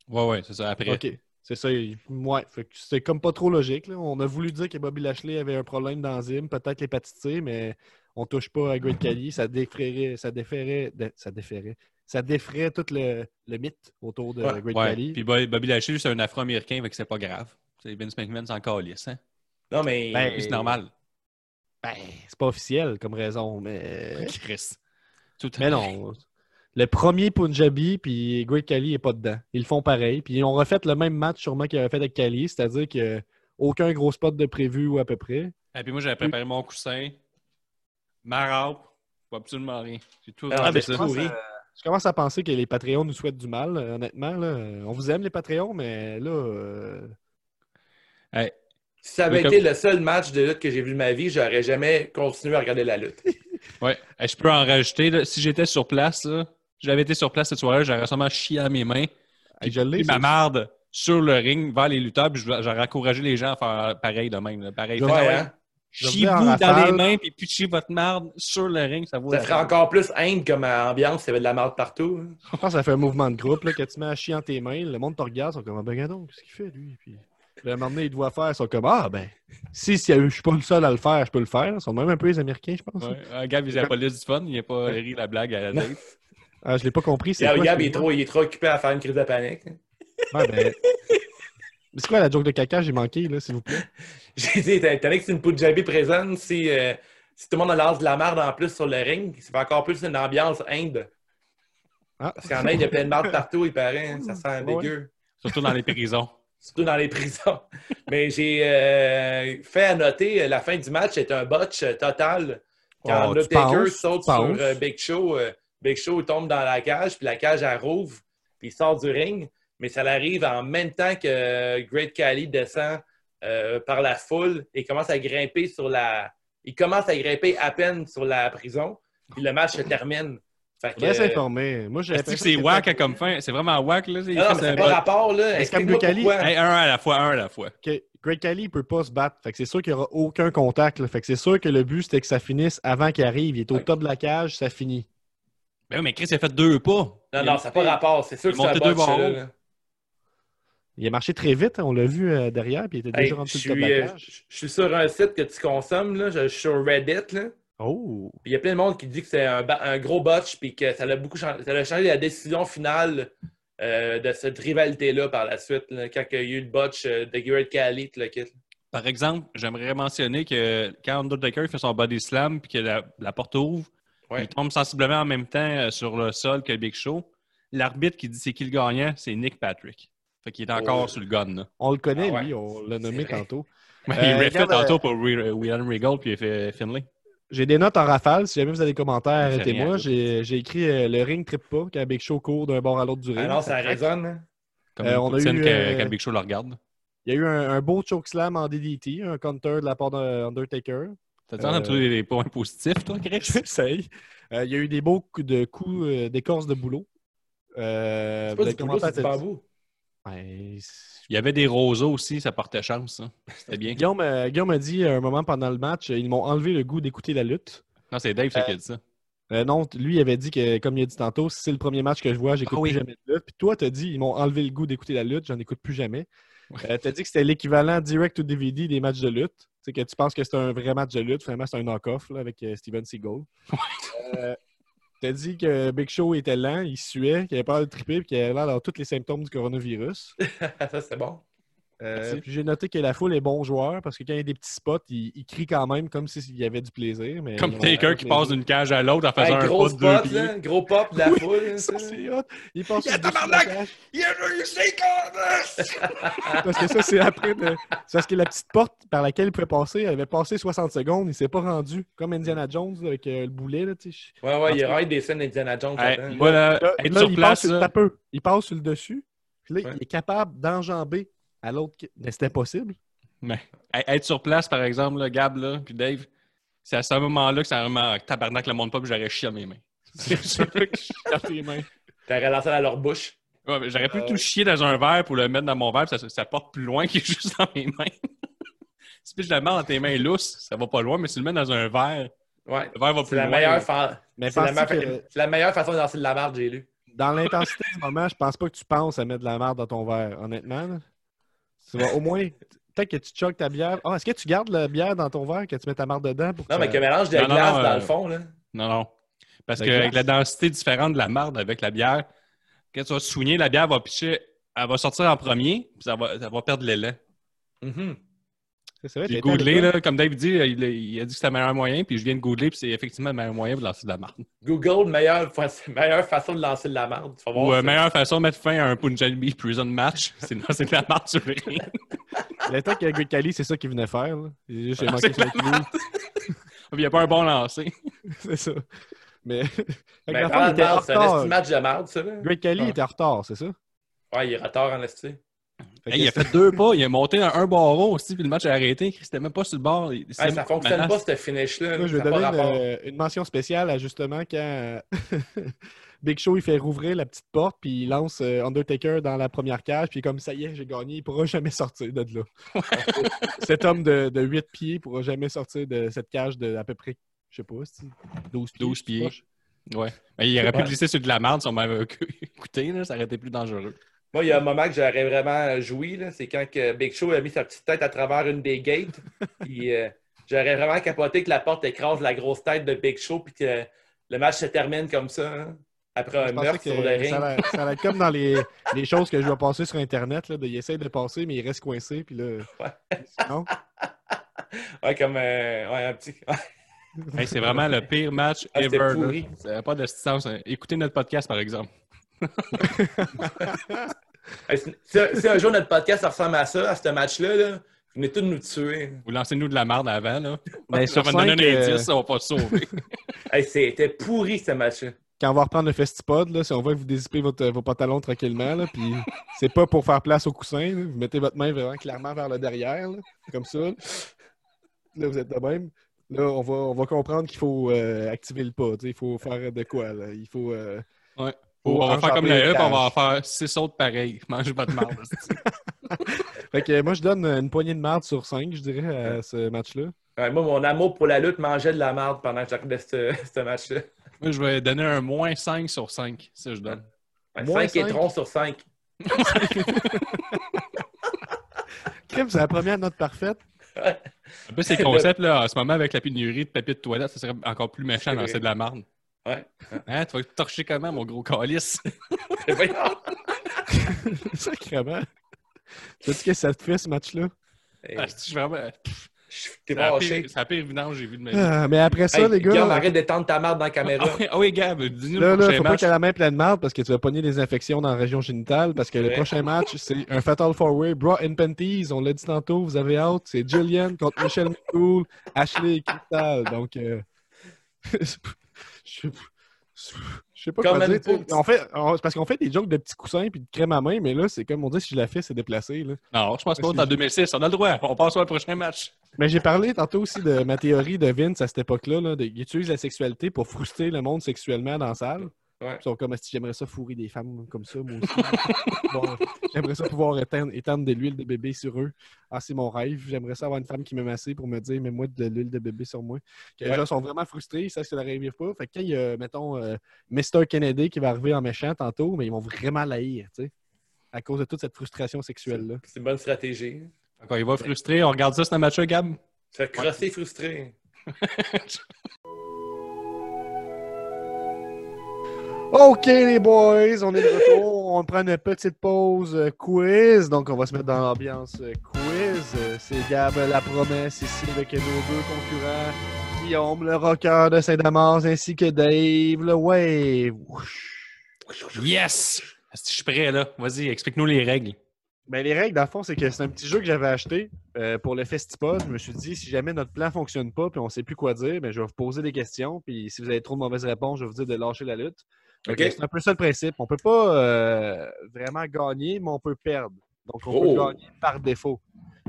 Ouais, ouais, c'est ça, après.
Ok. C'est ça. il- Ouais. Fait que c'est comme pas trop logique. là. On a voulu dire que Bobby Lashley avait un problème d'enzyme, peut-être l'hépatite C, mais on touche pas à Great Cali. Ça défrairait, ça déférait, de- ça déférait, ça défrait tout le, le mythe autour de
Ouais,
Great
Ouais.
Khali.
Puis Bo- Bobby Lashley, lui, c'est un afro-américain, fait que c'est pas grave. C'est Vince McMahon, c'est encore lisse, hein?
Non, mais.
Ben,
Lui, c'est normal.
Ben, c'est pas officiel comme raison, mais.
Chris. Tout à
Mais
fait.
non. Le premier Punjabi, puis Great Khali est pas dedans. Ils le font pareil. Puis ils ont refait le même match sûrement qu'ils avaient fait avec Khali, c'est-à-dire que aucun gros spot de prévu ou à peu près.
Et puis moi, j'avais préparé mon coussin, ma robe, pas absolument rien. J'ai tout
Ah,
rangé
ben,
ça.
je pense- Pourri.
Je commence à penser que les Patreons nous souhaitent du mal, euh, honnêtement. là. On vous aime, les Patreons, mais là. euh,
Si ça avait
Mais comme-
été le seul match de lutte que j'ai vu de ma vie, j'aurais jamais continué à regarder la lutte.
Ouais. Eh, je peux en rajouter. là. Si j'étais sur place, là, si j'avais été sur place cette soirée, j'aurais sûrement chié à mes mains.
hey, je l'ai,
Puis ma
ça.
marde sur le ring vers les lutteurs, puis je- j'aurais encouragé les gens à faire pareil de même. là. Pareil.
Je
Faites,
Ouais,
ouais,
hein?
Chiez-vous
Je vais en
dans les
rafale.
mains, puis pitchez votre marde sur le ring, ça vaut
Ça
la
ferait
peine.
encore plus Inde comme ambiance, il y avait de la merde partout. hein.
Je pense que ça fait un mouvement de groupe, là, que tu mets à chier en tes mains, le monde te regarde, ils sont comme, ah ben, regarde donc, qu'est-ce qu'il fait, lui? Puis, là, à un moment donné, il doit faire, ils sont comme, ah, ben, si, si je suis pas le seul à le faire, je peux le faire. Ils sont même un peu les Américains, je pense.
Ouais. Ah, Gab, il est la police du fun, il n'a pas ri la blague à la date.
Ah, je l'ai pas compris, c'est
Gab,
quoi?
Gab, il, est
excuse-moi?
trop, il est trop occupé à faire une crise de panique.
Ouais, ben, mais C'est quoi la joke de caca? J'ai manqué, là, s'il vous plaît.
J'ai dit, t'as t'as dit que c'est une Punjabi présente, si, euh, si tout le monde a l'air de la merde en plus sur le ring, ça fait encore plus une ambiance Inde.
Ah.
Parce qu'en Inde, il y a plein de merde partout, il paraît, hein, ça sent
Ouais.
dégueu.
Surtout dans les prisons.
Surtout dans les prisons. Mais j'ai euh, fait à noter, euh, la fin du match est un botch euh, total. Quand
Oh, tu
Undertaker
penses,
saute
tu
sur
penses.
euh, Big Show, euh, Big Show tombe dans la cage, puis la cage elle rouvre, puis il sort du ring, mais ça l'arrive en même temps que euh, Great Khali descend euh, par la foule et commence à grimper sur la. Il commence à grimper à peine sur la prison, puis le match se termine. Fait que,
Bien
euh,
s'informer. Moi, j'ai
Est-ce que c'est whack à comme fin? C'est vraiment whack, là. c'est-
non, mais
c'est
ça
un
n'a pas
bot.
rapport, là.
Est-ce qu'Abdou
Explique-moi
Kali-
pourquoi.
Hey, un à la fois, un à la fois.
que Greg Kelly ne peut pas se battre. Fait que c'est sûr qu'il n'y aura aucun contact. là. Fait que c'est sûr que le but, c'était que ça finisse avant qu'il arrive. Il est au
Ouais.
top de la cage, ça finit.
Ben oui, mais Chris, il a fait deux pas.
Non, non, ça n'a pas rapport. C'est sûr que
Il
c'est un
montait deux
bot, ça,
barreaux.
là.
Il a marché très vite, hein, on l'a vu euh, derrière, puis il était
Hey,
déjà rendu
je,
sur le top
suis,
de la
euh,
cage.
je- je suis sur un site que tu consommes, là. Je, je suis sur Reddit, là.
Oh!
Puis Il y a plein de monde qui dit que c'est un, ba- un gros botch puis que ça l'a beaucoup changé, ça l'a changé la décision finale euh, de cette rivalité-là par la suite, là, quand il y a eu le botch euh, de Garrett Cali, le kit.
Par exemple, j'aimerais mentionner que quand Undertaker fait son body slam puis que la, la porte ouvre,
Ouais.
il tombe sensiblement en même temps euh, sur le sol que Big Show. L'arbitre qui dit c'est qui le gagnant, c'est Nick Patrick. Fait qu'il est encore
Oh.
sur le gun. Là.
On le connaît,
Ah ouais.
lui, on l'a nommé
vrai.
tantôt.
Mais
Euh,
il refait
regarde, euh,
tantôt pour Re- William Regal puis il fait Finlay.
J'ai des notes en rafale, si jamais vous avez des commentaires,
Ça fait rien,
arrêtez-moi.
là.
J'ai j'ai écrit euh, le ring trip pas quand Big Show court d'un bord à l'autre du ring.
Ah non, ça résonne. hein.
Comme
Euh,
une
on a
poutine
eu,
que-
euh,
quand Big Show le regarde.
Il y a eu un, un beau choke slam en DDT, un counter de la part d'Undertaker.
T'as le temps de
euh,
trouver des points positifs, toi, Chris?
J'essaye. Euh, il y a eu des beaux coups de coups euh, d'écorce de boulot. Euh,
C'est pas
le
du boulot,
commentateur
c'est du
t'a dit-
bambou.
Ouais, c'est-
Il y avait des roseaux aussi, ça portait chance. hein. C'était bien.
Guillaume, euh, Guillaume a dit à un moment pendant le match, euh, ils m'ont enlevé le goût d'écouter la lutte.
Non, c'est Dave ça, qui a dit ça.
Euh, non, t- lui il avait dit que, comme il a dit tantôt, si c'est le premier match que je vois, j'écoute
Ah oui.
plus jamais de lutte. Puis toi, t'as dit, ils m'ont enlevé le goût d'écouter la lutte, j'en écoute plus jamais. Euh, t'as dit que c'était l'équivalent direct to DVD des matchs de lutte. Tu sais, que tu penses que c'est un vrai match de lutte, finalement c'est un knock-off là, avec euh, Steven Seagal. Euh, t'as dit que Big Show était lent, il suait, qu'il avait peur de triper, puis qu'il avait l'air d'avoir tous les symptômes du coronavirus.
ça, c'est bon.
Euh,
Merci.
puis j'ai noté que la foule est bon joueur parce que quand il y a des petits spots, il, il crie quand même comme s'il y avait du plaisir. Mais
Comme
ils ont-
Taker qui
mais-
passe d'une cage à l'autre en faisant
Hey,
un
gros
pas de deux
spot,
pieds.
là, gros pop de la
Oui,
foule. là,
Ça,
ça.
c'est hot. Il passe
Yeah,
sur le dessus de la
tabarnak!
cage.
You say God!
Parce que ça, c'est après de. C'est parce que la petite porte par laquelle il pouvait passer, elle avait passé 60 secondes, il s'est pas rendu. Comme Indiana Jones avec euh, le boulet, là, tu sais.
Ouais, ouais, il y a un des scènes d'Indiana Jones.
Hey,
là-dedans.
moi, là,
Là,
être
là,
sur
il passe
place,
sur le
là,
tapeux. Il passe sur le dessus. Puis là,
Ouais.
il est capable d'enjamber à l'autre. qui- Mais c'était impossible.
hey, être sur place, par exemple, là, Gab, là, puis Dave, c'est à ce moment-là que ça a vraiment tabarnak le monde pas, puis j'aurais chié à mes mains. C'est sûr que je tape les mains.
T'aurais lancé dans leur bouche.
Ouais, mais j'aurais pu tout chier dans un verre pour le mettre dans mon verre, puis ça, ça porte plus loin que juste dans mes mains. si tu le mets dans tes mains lousses, ça va pas loin, mais si tu le mets dans un verre,
Ouais.
le verre va plus
C'est la,
loin.
meilleure
là.
fa-
Mais
c'est la,
penses-tu
meilleure-
que-
c'est la meilleure façon de lancer de la marde, j'ai lu.
Dans l'intensité du moment, je pense pas que tu penses à mettre de la merde dans ton verre, honnêtement. là. Tu vas au moins. Peut-être que tu choques ta bière. Ah, Est-ce que tu gardes la bière dans ton verre, que tu mets ta marde dedans pour que
Non, mais
ça-
que mélange de
Non, non,
glace
non,
dans
euh,
le fond, là.
Non, non. Parce
La
qu'avec la
glace.
densité différente de la marde avec la bière, quand tu vas te soigner, la bière va pitcher, elle va sortir en premier, puis ça va, ça va perdre l'élan.
Mhm.
C'est vrai,
J'ai
t'as été à
googlé,
l'école.
là, comme Dave dit, il, il a dit que c'était le meilleur moyen, puis je viens de googler, puis c'est effectivement le meilleur moyen de lancer de la marde.
Google, meilleure, fa- meilleure façon de lancer de la marde. Tu vas voir
Ou euh,
ça.
meilleure façon de mettre fin à un Punjabi Prison match, c'est de lancer de la marde sur le ring.
Le temps que Greg Kelly, c'est ça qu'il venait faire. là. Il a juste
Ah,
manqué
c'est
son clou.
Il n'y a pas un bon lancer.
C'est ça. Mais. Fait que
Mais
la
parlant
femme
de
était en
marde, Ben, c'est un
retard.
esti match de marde, ça. Là.
Greg Kelly
Ouais.
était en retard, c'est ça?
Ouais, il est retard en esti.
Fait
Hey,
que
il a fait deux pas, il a monté un, un barreau aussi, puis le match a arrêté. C'était même pas sur le bord. Il-
Hey,
c'est-
ça fonctionne pas,
menace.
ce finish-là.
Moi, je vais
Ça a pas
donner
rapport.
une, une mention spéciale à justement quand euh, Big Show il fait rouvrir la petite porte puis il lance euh, Undertaker dans la première cage puis comme ça y est j'ai gagné il pourra jamais sortir de là. Cet homme de, de 8 pieds pourra jamais sortir de cette cage de à peu près je sais pas c'est 12 pieds.
12
je sais pas.
Ouais. Mais il aurait pu
Ouais.
glisser sur de la marde si on m'avait écouté, là, ça aurait été plus dangereux.
Moi, il y a un moment que j'aurais vraiment joui, là, c'est quand que Big Show a mis sa petite tête à travers une des gates. puis euh, j'aurais vraiment capoté que la porte écrase la grosse tête de Big Show, puis que le match se termine comme ça, hein, après
Je
un
pensais
meurtre
que
sur le ring.
ça va ça va être comme dans les, les choses que je vais passer sur Internet. Là, de, il essaie de passer, mais il reste coincé. Puis là, non.
Ouais, comme euh, ouais, un petit.
Hey, c'est vraiment le pire match
Ah, c'était
ever.
pourri.
là. Ça n'a pas de sens. hein. Écoutez notre podcast, par exemple.
Hey, si- si, si un jour notre podcast ressemble à ça, à ce match-là, là, venez tous nous tuer.
Vous lancez-nous de la marde avant, là.
Mais
ça
sur
va nous donner
cinq,
un
euh,
indice, ça va pas se sauver.
Hey, C'était pourri ce match-là.
quand on va reprendre le festipod, là, si on voit que vous dézippez votre, vos pantalons tranquillement, là, puis c'est pas pour faire place au coussin, là, vous mettez votre main vraiment clairement vers le derrière, là, comme ça. là. Là, vous êtes de même. Là, on va, on va comprendre qu'il faut euh, activer le pas. tu sais, Il faut faire de quoi. Là. Il faut. euh,
Ouais.
faut
on va faire comme
enjamber
le
le
up, on va en
cage.
faire six autres pareils. Mange pas de marde. c'est-tu.
Fait que euh, moi, je donne une poignée de merde sur 5, je dirais, à ce match-là.
Ouais, moi, mon amour pour la lutte mangeait de la merde pendant que je regardais ce, ce match-là.
Moi, je vais donner un moins 5 sur 5. Ça, je donne.
Ouais,
Moins
5 étrons sur 5.
Crime, c'est la première note parfaite.
Un peu ces concepts-là, en ce moment, avec la pénurie de papier de toilette, ça serait encore plus
C'est
méchant d'en
vrai.
c'est de la marde.
Ouais.
Hein, tu vas te torcher comment, mon gros calice?
Sacrément. Tu sais que ça te fait, ce match-là?
Hey,
Ah, c'est vraiment-
je- T'es
C'est la
fâché.
pire- c'est la pire évidence que j'ai vue de ma vie.
Ah, mais après ça,
Hey,
les gars,
Guillaume,
là,
arrête de tendre ta merde dans la caméra.
Ah oui, ah oui, Gab, dis-nous
là,
le prochain
faut pas
match.
qu'elle ait la main pleine de merde parce que tu vas pogner des infections dans la région génitale parce que le
Ouais.
prochain match, c'est un Fatal Four Way, Bra and Panties, on l'a dit tantôt, vous avez hâte, c'est Jillian contre Michelle McCool, Ashley et Crystal, donc... euh, je sais pas- je sais pas
Comme
quoi
un
dire. tu sais.
petit-
On fait, on- c'est parce qu'on fait des jokes de petits coussins puis de crème à main, mais là, c'est comme on dit, si je la fais, c'est déplacé. Là.
Non, je pense pas en 2006. On a le droit. On passe au prochain match.
Mais j'ai parlé tantôt aussi de ma théorie de Vince à cette époque-là. Là, de- il utilise la sexualité pour frustrer le monde sexuellement dans la salle.
Ouais.
Ils sont comme si j'aimerais ça fourrer des femmes comme ça, moi aussi. Bon, j'aimerais ça pouvoir éteindre, étendre de l'huile de bébé sur eux. Ah, c'est mon rêve. J'aimerais ça avoir une femme qui me massait pour me dire, mais moi de l'huile de bébé sur moi. Que Les
Ouais.
gens sont vraiment frustrés, ils savent que ça leur arrive pas. Fait que quand il y a, mettons, euh, Mr. Kennedy qui va arriver en méchant tantôt, mais ils vont vraiment l'haïr, tu sais, à cause de toute cette frustration sexuelle-là.
C'est une bonne stratégie.
Quand il va frustrer, on regarde ça, c'est un match-là, Gab.
Ça fait crosser frustré.
OK, les boys, on est de retour. On prend une petite pause euh, quiz. Donc, on va se mettre dans l'ambiance euh, quiz. Euh, C'est Gab La Promesse ici avec nos deux concurrents. Guillaume, le rocker de Saint-Damas, ainsi que Dave, le Wave. Whoosh.
Yes! Est-ce que Je suis prêt, là. Vas-y, explique-nous les règles.
Ben, les règles, dans le fond, c'est que c'est un petit jeu que j'avais acheté euh, pour le Festipod. Je me suis dit, si jamais notre plan fonctionne pas puis on sait plus quoi dire, ben, je vais vous poser des questions. Puis si vous avez trop de mauvaises réponses, je vais vous dire de lâcher la lutte. Fait que
OK.
C'est un peu ça le principe. On peut pas euh, vraiment gagner, mais on peut perdre. Donc, on
Oh.
peut gagner par défaut.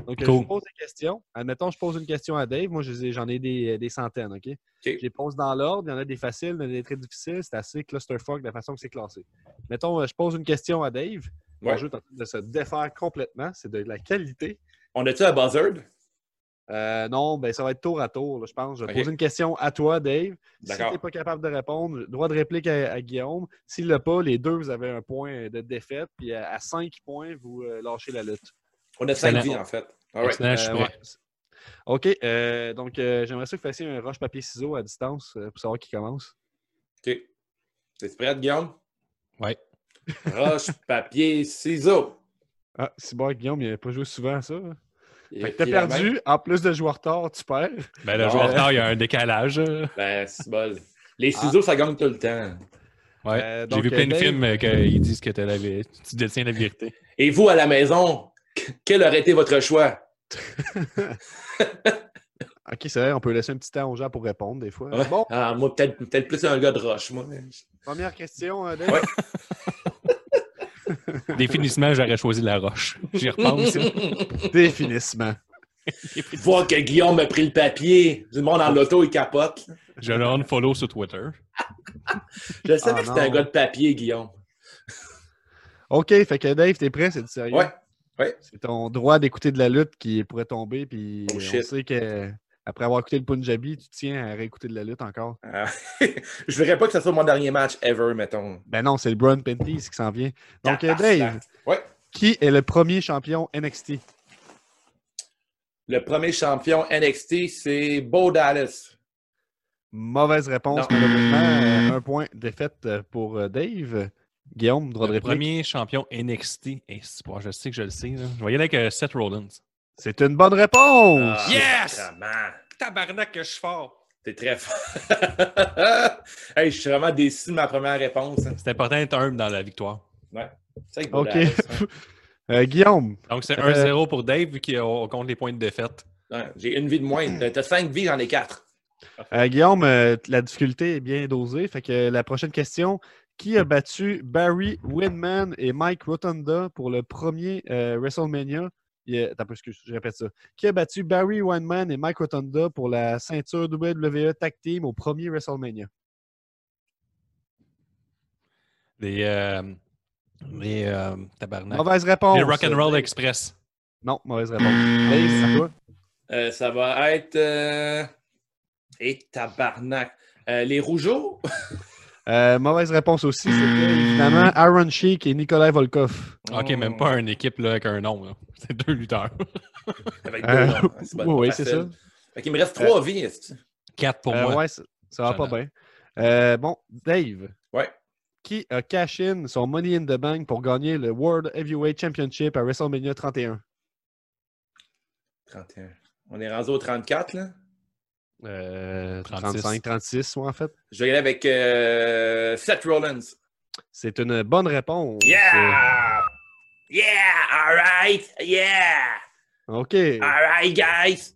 Donc, euh, je
Cool.
vous pose des questions. Admettons, je pose une question à Dave. Moi, je les ai- j'en ai des, des centaines, OK? Je les pose dans l'ordre. Il y en a des faciles, il y en a des très difficiles. C'est assez clusterfuck de la façon que c'est classé. Mettons, euh, je pose une question à Dave. Mon
Ouais.
jeu est en train de se défaire complètement. C'est de la qualité.
On a-tu un buzzard?
Euh, non, ben ça va être tour à tour, là, je pense. Je vais
Ok.
poser une question à toi, Dave. Si tu
D'accord.
n'es pas capable de répondre, droit de réplique à, à Guillaume. S'il l'a pas, les deux, vous avez un point euh, de défaite. Puis à, à cinq points, vous euh, lâchez la lutte.
On a cinq
Excellent.
vies, en fait. All right.
Excellent, Ah, je suis
Euh,
prêt.
ouais. OK. euh, donc, euh, j'aimerais ça que vous fassiez un roche papier ciseaux à distance euh, pour savoir qui commence.
OK. T'es prêt, Guillaume?
Ouais.
Roche, papier, ciseaux.
Ah, c'est bon, Guillaume, il n'a pas joué souvent à ça. hein.
Il-
Fait que t'as
il a même-
perdu. En plus de joueur tard, tu perds.
Ben, le
Bon.
joueur tard, il y a un décalage. euh.
Ben, c'est bol.
Ah.
Les ciseaux, ça gagne tout le temps.
Ouais.
Euh,
J'ai
donc,
vu
euh,
plein de
Dave-
films euh, qu'ils disent que t'as la vé- tu détiens la vérité.
Et vous, à la maison, qu- quel aurait été votre choix?
OK, c'est vrai, on peut laisser un petit temps aux gens pour répondre des fois.
Ouais.
Bon,
Ah, moi, peut-être peut-être plus un gars de roche, moi.
première question, euh, Dave.
Ouais.
Définissement, j'aurais choisi la roche. J'y repense.
Définissement.
Voir que Guillaume a pris le papier. Le monde en l'auto, il capote.
Je le unfollow sur Twitter.
Je savais
Ah,
que c'était un
non.
gars de papier, Guillaume.
OK, fait que Dave, t'es prêt, c'est du sérieux.
Ouais.
C'est ton droit d'écouter de la lutte qui pourrait tomber, puis
Oh,
on
shit.
sait que après avoir écouté le Punjabi, tu tiens à réécouter de la lutte encore.
Ah. je verrais pas que ce soit mon dernier match ever, mettons.
Ben non, c'est le Brown Panties qui s'en vient. Donc, euh, Dave,
Ah, Ouais.
qui est le premier champion NXT?
Le premier champion NXT, c'est Bo Dallas.
Mauvaise réponse,
Non.
malheureusement. Euh, Un point défaite euh, pour euh, Dave. Guillaume, droit de
Le
réplique.
premier champion NXT. Eh, c'est pas- je sais que je le sais. là. Je voyais avec euh, Seth Rollins.
C'est une bonne réponse!
Ah,
yes!
Vraiment.
Tabarnak que je suis fort.
T'es très fort. hey, je suis vraiment déçu de ma première réponse. hein.
C'est important d'être humble dans la victoire.
C'est vrai que Bo
OK.
Dallas, hein.
Euh, Guillaume,
Donc, c'est
Ça
1-0 pour Dave, vu qu'on compte les points de défaite.
Ouais, J'ai une vie de moins. T'as- T'as cinq vies, j'en ai quatre.
Euh, Guillaume, euh, la difficulté est bien dosée. Fait que la prochaine question, qui a battu Barry Windman et Mike Rotunda pour le premier euh, WrestleMania il a- t'as pas- excuse, je répète ça. Qui a battu Barry Windman et Mike Rotonda pour la ceinture WWE Tag Team au premier WrestleMania?
Des. euh, des. euh, tabarnak.
Mauvaise réponse.
Des Rock'n'Roll Express.
Non, mauvaise réponse. Dave, c'est à toi.
Euh, ça va être. euh, Et tabarnak. Euh, les Rougeaux?
Euh, mauvaise réponse aussi, c'était évidemment Aaron Sheik et Nikolai Volkov.
Ok,
Oh,
même pas une équipe là, avec un nom. là. C'est deux lutteurs.
Avec
Euh,
deux noms. hein. C'est bon,
oui,
facile.
c'est ça.
Fait qu'il me reste trois vies. est-ce que-
Quatre pour
Euh,
moi.
ouais, ça, ça va pas
J'adore.
bien. Euh, bon, Dave.
Ouais.
Qui a cash in son Money in the Bank pour gagner le World Heavyweight Championship à WrestleMania 31?
31. On est rendu au 34, là.
Euh, 36.
35, 36, ouais, en fait.
Je vais y aller avec euh, Seth Rollins.
C'est une bonne réponse.
Yeah! Yeah! Ah, All right! Yeah!
Euh, OK.
All right, guys!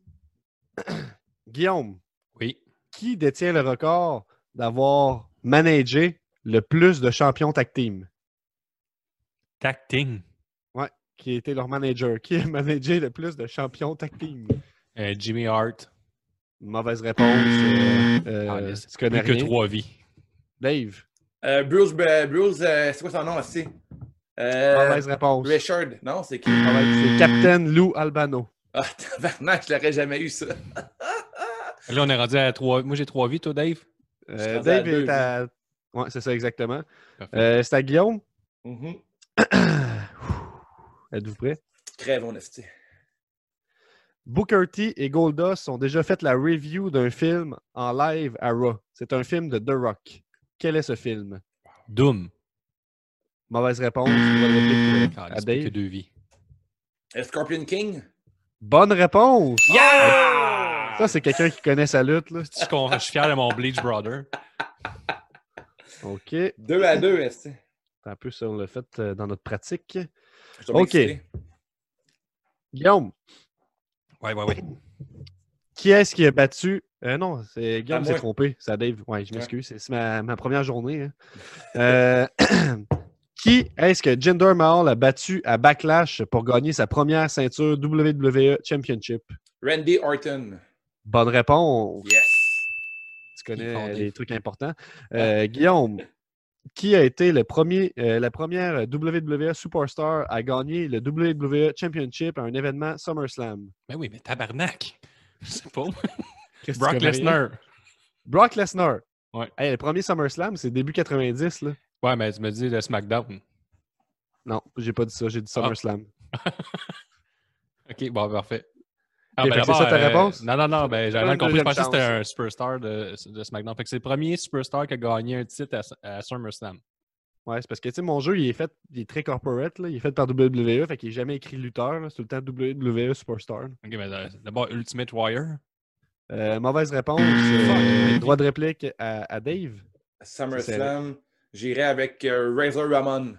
Guillaume,
Oui.
qui détient le record d'avoir managé le plus de champions tag team?
Tacting.
Qui était leur manager? Qui a managé le plus de champions tag team?
Euh, Jimmy Hart.
Mauvaise réponse. euh, euh,
Ah, laisse.
tu connais
Plus que
rien.
trois vies.
Dave,
Euh, Bruce, euh, Bruce euh, c'est quoi son nom, aussi? Euh,
mauvaise réponse. Mm.
Richard. Non, c'est qui?
Mauvaise-
Hmm.
C'est Captain Lou Albano.
Ah, tabarnak, je l'aurais jamais eu, ça.
Là, on est rendu à trois. Moi, j'ai trois vies, toi, Dave.
Euh,
Je suis rendu à
Dave
deux,
est à. Ouais, c'est ça, exactement.
Parfait.
Euh, c'est à Guillaume. Mm-hmm.
Mhm.
Êtes-vous prêts?
Crève, mon esti.
Booker T et Goldust ont déjà fait la review d'un film en live à Raw. C'est un film de The Rock. Quel est ce film?
Doom.
Mauvaise réponse. Bonne réplique, euh,
Ah,
à
c'est plus que
Dave.
deux vies.
Euh, Scorpion King?
Bonne réponse!
Ah.
Yeah!
Ça, c'est quelqu'un qui connaît sa lutte. Là.
Je suis con- je suis fier de mon Bleach Brother.
OK. C'est
Deux à deux, esti.
un peu ça, on l'a fait euh, dans notre pratique.
Je suis bien
Ok.
excité.
Guillaume,
Ouais, ouais, ouais.
qui est-ce qui a battu? Euh, non, c'est
À
Guillaume s'est
moi.
trompé. C'est à Dave. Ouais, je
Ouais.
m'excuse. C'est- C'est ma, ma première journée. hein. Euh, qui est-ce que Jinder Mahal a battu à Backlash pour gagner sa première ceinture WWE Championship?
Randy Orton.
Bonne réponse.
Yes!
Tu
Ils font
connais
des-
les trucs importants. Euh, Guillaume, qui a été le premier, euh, la première WWE Superstar à gagner le WWE Championship à un événement SummerSlam?
Ben oui, mais tabarnak. Je sais pas.
Qu'est-ce que tu
Brock
connais rien?
Lesnar.
Brock Lesnar.
Ouais.
Hey, le premier SummerSlam, c'est début 90. Là.
Ouais, mais tu me dis le SmackDown.
Non, j'ai pas dit ça, j'ai dit SummerSlam.
OK, bon, parfait. Ah,
Ok, fait que c'est ça ta réponse?
Non, non, non, ben, j'avais
Donne
mal
une
compris.
deuxième
Je pensais que c'était
chance.
un superstar de, de SmackDown. Fait que c'est le premier superstar qui a gagné un titre à, à SummerSlam.
Ouais, c'est parce que tu sais, mon jeu, il est fait, il est très corporate, là. il est fait par WWE, fait qu'il n'est jamais écrit lutteur, là. c'est tout le temps WWE Superstar.
OK, mais euh, d'abord, Ultimate Warrior.
Euh, mauvaise réponse, euh, droit de réplique à, à Dave.
SummerSlam, j'irai avec euh, Razor Ramon.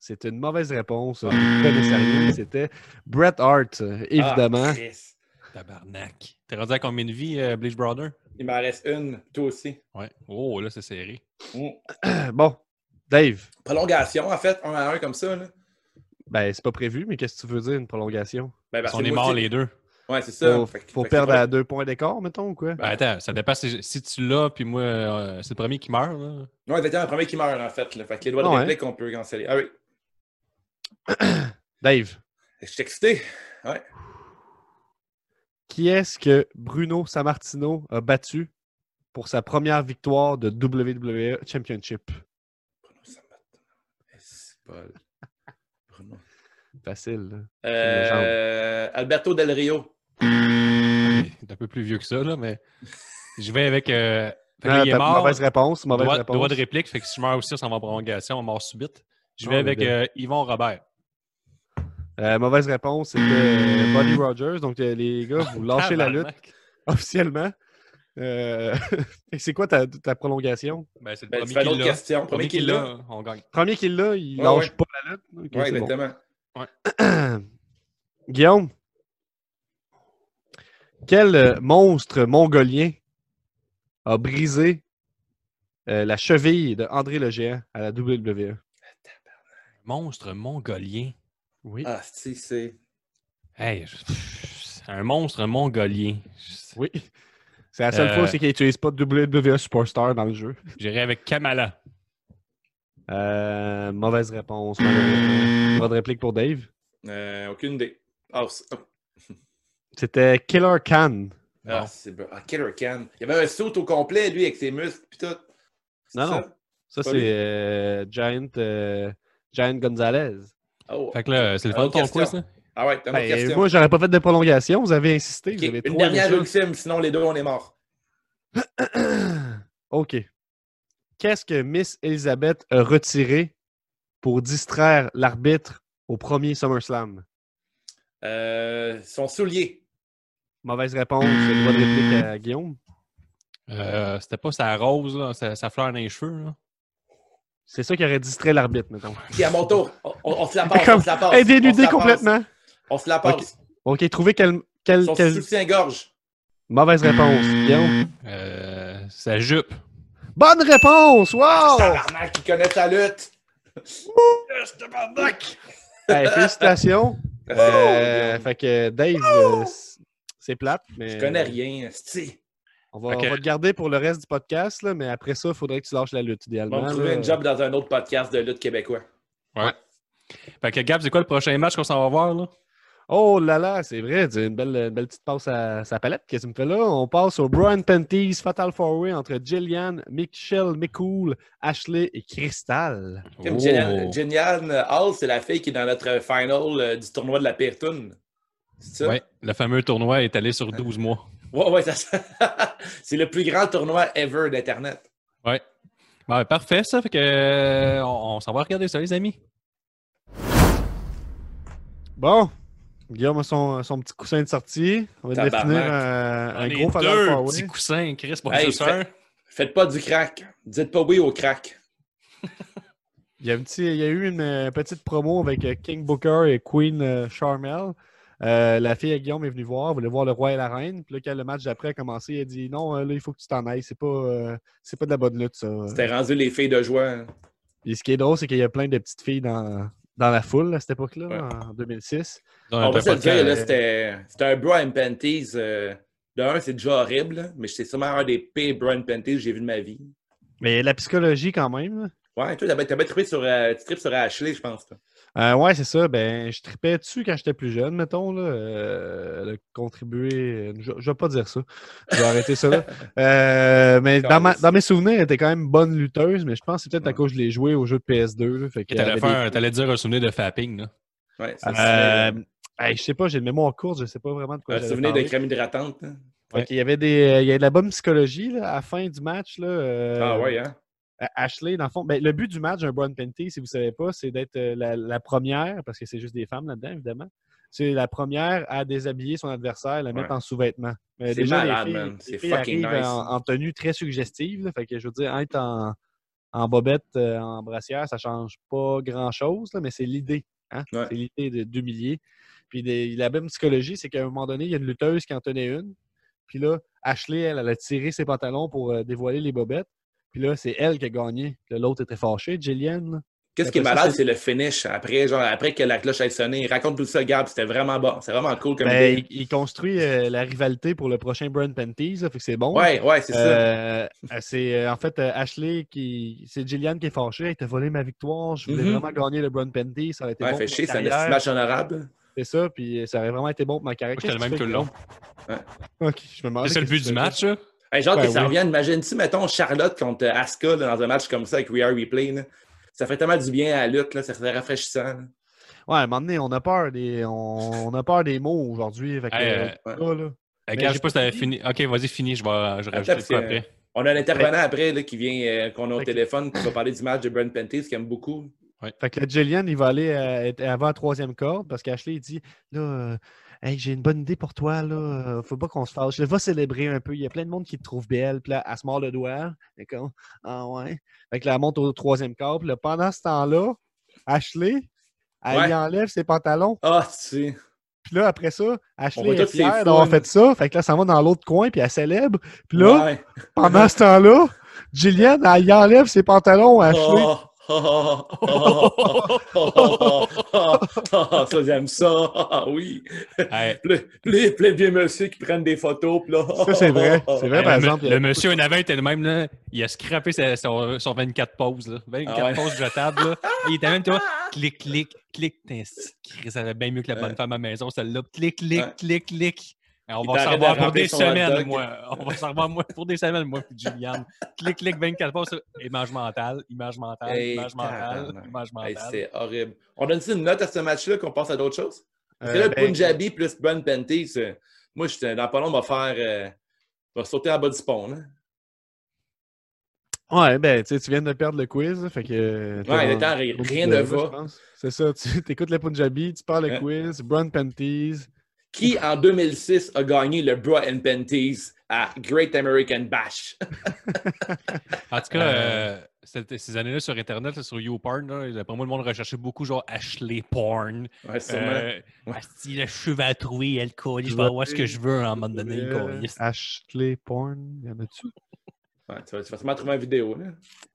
C'est une mauvaise réponse, vous connaissez rien, c'était Bret Hart, euh, évidemment.
Ah, Chris.
Tabarnak. T'es rendu à combien de vies, euh, Bleach Brother?
Il m'en reste une, toi aussi.
Ouais. Oh, là, c'est serré.
Mm.
bon, Dave,
Prolongation, en fait, un à un comme ça. Là.
ben c'est pas prévu, mais qu'est-ce que tu veux dire, une prolongation?
Ben, parce
Ils sont
que
les
moi
morts,
aussi-
les deux.
Ouais, c'est ça.
Faut,
Fait que-
faut
fait que
perdre
c'est
à deux points d'écart, mettons, ou quoi?
Ben, attends, ça dépend si, si tu l'as, puis moi, euh, c'est le premier qui meurt. Là.
pas- Non, effectivement, le premier qui meurt, en fait. Là. Fait que les doigts de
Ah ouais.
réplique, on peut canceller. Ah oui.
Dave,
Je suis excité.
qui est-ce que Bruno Sammartino a battu pour sa première victoire de WWE Championship?
Bruno Sammartino. Est-ce Paul. Bruno.
Facile. hein. là.
Euh, Alberto Del Rio.
Hmm.
C'est un peu plus vieux que ça, là, mais je vais avec. euh, fait que là,
Ah,
il est
t'as-
mort.
Mauvaise réponse, mauvaise
droit,
réponse.
droit de réplique, fait que si je meurs aussi, on s'en va en prolongation, on mort subite. Je vais
Ah,
avec
mais
euh, Yvon Robert.
Euh, mauvaise réponse, c'était euh, Buddy Rogers. Donc, euh, les gars, vous lâchez la lutte
Hmm. Tabarnak.
officiellement. Euh, et c'est quoi ta, ta prolongation?
Ben, c'est le
Ben, tu fais
premier qui
l'autre
l'a.
question.
Le Premier qui l'a, on gagne.
Premier qui l'a, il
Ouais,
lâche
Ah ouais.
pas la lutte. hein? Ok,
Oui,
c'est bon.
exactement.
Guillaume, quel euh, monstre mongolien a brisé euh, la cheville de André le Géant à la E? WWE?
Monstre mongolien.
Oui.
Ah, si, c'est.
Hey, je- c'est un monstre mongolien.
Oui. C'est la seule
Euh.
fois c'est qu'ils n'utilisent pas de WWE Superstar dans le jeu.
J'irai avec Kamala.
Euh, mauvaise réponse. malheureusement. Droit de réplique pour Dave.
Euh, aucune idée. Ah, c'est- ah,
C'était Killer Khan.
ah, c'est bon. Ah, Killer Can. Il y avait un saut au complet, lui, avec ses muscles, pis tout. C'est
Non,
ça?
Ça,
Pas
c'est
lui.
euh, Giant, euh, Giant Gonzalez.
Oh.
Fait que là, c'est le fun de
Autre
ton quiz,
question.
là?
Ah ouais, t'as une
Ben,
autre question.
moi, j'aurais pas fait de prolongation. Vous avez insisté.
Ok,
Vous avez
Une
trois
dernière
questions.
ultime, sinon les deux, on est morts.
OK. Qu'est-ce que Miss Elizabeth a retiré pour distraire l'arbitre au premier SummerSlam?
Euh, son soulier.
Mauvaise réponse. Le droit de réplique à Guillaume.
Euh, C'était pas sa rose, là, sa, sa fleur dans les cheveux. Là.
C'est ça qui aurait distrait l'arbitre, mettons.
Puis à mon tour, on, on- on se la passe,
Comme-
on se la passe.
Elle est
on se
dénudée
la passe,
complètement.
On se la passe.
Ok. OK, trouvez quelle... quelle-
Son
quelle-
soutien-gorge.
Mauvaise réponse, Guillaume.
Euh, sa jupe.
Bonne réponse! Wow!
Oh! Tabarnak, qui connaît sa lutte.
Hey, félicitations. Euh, fait que Dave, euh, c- c'est plate, mais...
Je connais rien, sti.
On va,
Fait que-
on va te garder pour le reste du podcast, là, mais après ça, il faudrait que tu lâches la lutte,
On
idéalement.
va me trouver
là.
un job dans un autre podcast de lutte québécois.
Fait que Gab, c'est quoi le prochain match qu'on s'en va voir, là?
Oh là là, c'est vrai, c'est une belle, une belle petite passe à sa palette que tu me fais là. On passe au Brian Panties Fatal Four Way entre Jillian, Michelle McCool, Ashley et Crystal.
Comme
Oh.
Jillian Jillian Hall, euh, c'est la fille qui est dans notre final euh, du tournoi de la Pirtoun. C'est ça?
Ouais, le fameux tournoi est allé sur 12 mois.
Ouais, ouais, ça, ça- c'est le plus grand tournoi ever d'Internet.
Ouais. Bon, ben, parfait, ça. Fait que, euh, on, on s'en va regarder ça, les amis.
Bon, Guillaume a son, son petit coussin de sortie. On vient de
Tabarnak.
finir euh,
On
un
est
gros Fatal
deux
Four Way.
petits coussins, Chris, pour
Hey,
ce soir.
Faites pas du crack. Dites pas oui au crack.
Il y, a un petit- il y a eu une euh, petite promo avec euh, King Booker et Queen euh, Charmel. Euh, la fille à Guillaume est venue voir, voulait voir le roi et la reine. Puis là, quand le match d'après a commencé, elle a dit Non, euh, là, il faut que tu t'en ailles. C'est pas, euh, c'est pas de la bonne lutte, ça.
C'était rendu les filles de joie. hein.
Et ce qui est drôle, c'est qu'il y a plein de petites filles dans, dans la foule à cette époque-là,
Ouais.
en 2006.
Dans
On
un
va se le
podcast,
dire, là,
euh,
c'était c'était un bra and panties. euh, de un, c'est déjà horrible, là, mais c'est sûrement un des pires bra and panties que j'ai vu de ma vie.
Mais il y a de la psychologie quand même. là.
Ouais, toi, t'as bien t'as bien trippé sur, euh, tu tripes sur Ashley, je pense. toi.
Euh, ouais, c'est ça. Ben, je tripais dessus quand j'étais plus jeune, mettons. Là, euh, le contribuer. Je, je vais pas dire ça. Je vais arrêter ça là. Euh, mais dans, ma- dans mes souvenirs, elle était quand même bonne lutteuse, mais je pense que c'est peut-être à
Ouais.
cause que je l'ai joué au jeu de PS2. là, fait qu'elle
T'allais,
avait
faire- t'allais dire un souvenir de fapping, là.
Ouais,
des-
ça, c'est,
Euh,
euh,
hey, je sais pas, j'ai une mémoire courte, je sais pas vraiment de quoi
un
j'allais
souvenir de
parler.
crème hydratante. hein.
Fait qu'il y avait des, euh, il y avait de la bonne psychologie là, à la fin du match. Là, euh,
Ah ouais, hein?
à- Ashley, dans le fond, ben, le but du match d'un Brown Penty, si vous ne savez pas, c'est d'être euh, la, la première, parce que c'est juste des femmes là-dedans, évidemment. C'est la première à déshabiller son adversaire, la mettre
Ouais.
en sous-vêtements. Mais
C'est
déjà, les
malade,
filles-
man.
les
C'est
filles
fucking
arrivent
nice.
En, en tenue très suggestive, là, fait que je veux dire, être en, en bobette, euh, en brassière, ça change pas grand-chose, là, mais c'est l'idée. hein.
Ouais.
C'est l'idée de- d'humilier. Puis des- la même psychologie, c'est qu'à un moment donné, il y a une lutteuse qui en tenait une. Puis là, Ashley, elle, elle a tiré ses pantalons pour euh, dévoiler les bobettes. Puis là, c'est elle qui a gagné. Puis là, l'autre était fâché, Jillian. là.
Qu'est-ce qui est
Après ça,
malade,
c'est-
c'est le finish. Après, genre, après que la cloche ait sonné, raconte tout ça, Gab. C'était vraiment bon. C'est vraiment cool comme
Ben,
idée.
il, il construit euh, la rivalité pour le prochain Brand Panties, là, fait que c'est bon.
Ouais, ouais, c'est ça.
Euh, euh, c'est euh, en fait euh, Ashley qui. C'est Jillian qui est fâchée. Elle t'a volé ma victoire. Je voulais
Mhm.
vraiment gagner le Brand Panty. Ça aurait été
Ouais,
bon.
fait
pour
chier,
ma
c'est un
carrière.
petit match honorable.
C'est ça. Puis euh, ça aurait vraiment été bon pour ma carrière.
Moi, j'étais
Qu'est-ce
le même
que
tout le
tu
long.
fais, Guillaume? Ok, je me demandais
C'est ça le
qu'est-ce
but
que
du
tu
match, là.
Hey, genre,
Ben
que ça
oui.
revienne. Imagine-tu, mettons, Charlotte contre Asuka là, dans un match comme ça avec We Are Replay. là. Ça fait tellement du bien à la lutte, là, ça serait rafraîchissant. là.
fais. Ouais, à un moment donné, on a peur des, on, on a peur des mots aujourd'hui. Fait que,
Hey,
euh,
euh,
ça, là.
Euh,
Mais
Gab,
j'ai
je sais pas si
pas
t'avais
fini.
fini. Ok, vas-y, finis, je vais je rajoute
Attends,
ça
parce que-
après.
On a un intervenant après là, qui vient, euh, qu'on a au
Ok.
téléphone, qui va parler du match de Brent Pentis, qui aime beaucoup.
Fait que là, Jillian, il va aller euh, être avant la troisième corde parce qu'Ashley, il dit Là, euh, hey, j'ai une bonne idée pour toi, là. euh, Faut pas qu'on se fâche. Là, va célébrer un peu. Il y a plein de monde qui te trouve belle. Puis là, elle se mord le doigt. D'accord Ah ouais. Fait que là, elle monte au troisième corde. Puis là, pendant ce temps-là, Ashley, elle
Ouais.
y enlève ses pantalons.
Ah, tu sais.
Puis là, après ça, Ashley
voit
est
toutes ses
fière d'avoir
fouines.
fait ça. Fait que là, ça va dans l'autre coin. Puis elle célèbre. Puis là,
Ouais.
pendant ce temps-là, Jillian, elle y enlève ses pantalons à Ashley.
Ah. ça, j'aime ça. Ah, oui.
Hey,
Le- Les plein de vieux monsieur qui prennent des photos. puis là,
Ça, c'est vrai. C'est vrai,
hey,
par
Euh, le,
exemple. il y a-
le monsieur en avant était le même, là, il a scrappé sa- son, son 24 pauses. Là. 24
Ah ouais.
pauses jetables. Là. Il était même, tu vois, clic, clic, clic. T'es un petit Christ, Ça va bien mieux que la bonne
Ouais.
femme à la maison, celle-là. Clic, clic,
Ouais.
clic, clic. Et on
Il
va s'en
t'arrête
revoir
de
pour
ramper
des
son hot
semaines,
dog.
moi. On va s'en revoir moi, pour des semaines, moi, puis Julianne. Clic, clic, 24 pauses. ça. Image mentale, image mentale,
Hey,
image mentale,
tabarnak.
image
Hey,
mentale.
c'est horrible. On donne-tu une note à ce match-là qu'on passe à d'autres choses? Parce que
Euh,
là,
ben,
Punjabi plus Brown Panty, c'est- moi, j'étais dans pas long, on va faire. euh, on va sauter en bas du hein. pont. Là.
Ouais, ben, tu sais, tu viens de perdre le quiz, là, fait que... euh, t'es
Ouais, le
en-
temps, ri-
au bout
rien
de-
ne
je
va.
pense. C'est ça, tu écoutes le Punjabi, tu parles le
Hein?
quiz, Brown Panties.
Qui, en 2006, a gagné le Bra and Panties à Great American Bash?
En tout cas, euh, cette- ces années-là sur Internet, là, sur YouPorn, là, d'après moi, le monde recherchait beaucoup genre Ashley Porn.
Ouais, sûrement.
Euh,
Ouais.
Asti, le cheveu à trouille, alcoolique, je vais avoir ce que je veux à un moment donné.
euh,
câlisse.
Ashley Porn, y en a-tu?
Ouais, tu vas tu vas sûrement trouver une vidéo. Là.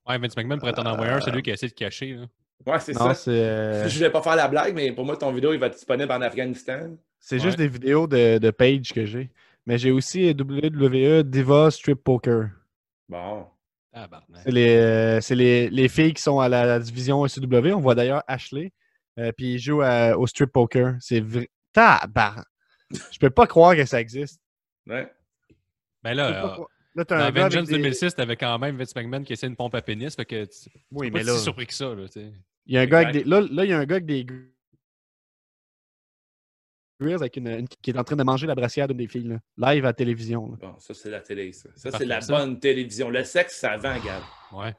Ouais, Vince McMahon pourrait t'en envoyer un, celui qui a essayé de cacher. là.
Ouais, c'est
Non,
ça.
c'est... euh,
Je voulais pas faire la blague, mais pour moi, ton vidéo, il va être disponible en Afghanistan.
C'est
Ouais.
juste des vidéos de, de page que j'ai. Mais j'ai aussi WWE Diva Strip Poker.
Bon.
Tabarnak.
C'est les, euh, c'est les, les filles qui sont à la, la division SW. On voit d'ailleurs Ashley. euh, puis ils jouent à- au strip poker. C'est vrai. Tabar. Je peux pas croire que ça existe.
Ouais.
Je
Ben
peux pas
là, euh,
croire. Là, t'as
dans
un gars avec
Vengeance
des-
2006, t'avais quand même Vince McMahon qui essayait une pompe à pénis. Fait que tu
Oui,
pas
mais
si
là,
surpris que ça. Là, tu sais.
il y a un gars avec des. Là, là, il y a un gars avec des. grills Avec une, une- qui est en train de manger la brassière d'une des filles, là. live à la télévision. là.
Bon, ça, c'est la télé, ça. Ça,
Parfait,
c'est la
ça.
bonne télévision. Le sexe, ça vend, Gab.
ouais.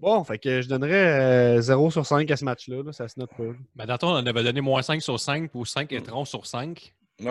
Bon, fait que je donnerais euh, 0 sur 5 à ce match-là. là. Ça se note pas. là.
Mais dans le temps, on en avait donné moins 5 sur 5 ou
Mm.
5 étrons sur 5.
Ouais.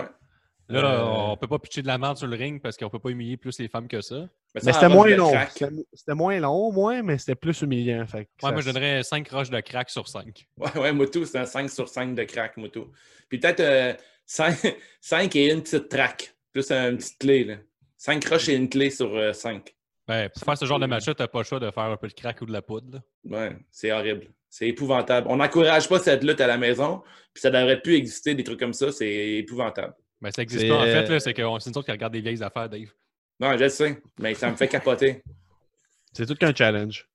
Là,
Euh,
on peut pas pitcher de la merde sur le ring parce qu'on peut pas humilier plus les femmes que ça. Ouais,
Mais, ça,
Mais
en
c'était
bas,
moins
je le
long.
craque.
C'était c'était moins long, au moins, mais c'était plus humiliant. Fait que ça-
moi, je donnerais 5 roches de crack sur 5.
Ouais, ouais, Moutou, c'est un 5 sur 5 de crack, Moutou. Puis peut-être 5, et une petite traque, plus une petite clé. Là. 5 croches et une clé sur euh, 5.
Ben, pour faire ce genre de match-là, t'as pas le choix de faire un peu de crack ou de la poudre. là.
Ouais, c'est horrible. C'est épouvantable. On n'encourage pas cette lutte à la maison, puis ça devrait plus exister, des trucs comme ça. C'est épouvantable.
Ben, ça existe
C'est,
pas. En
euh,
fait, là, c'est qu'on c'est nous autres qui regarde des vieilles affaires, Dave.
Non, je le sais, mais ça me fait capoter.
C'est tout qu'un challenge.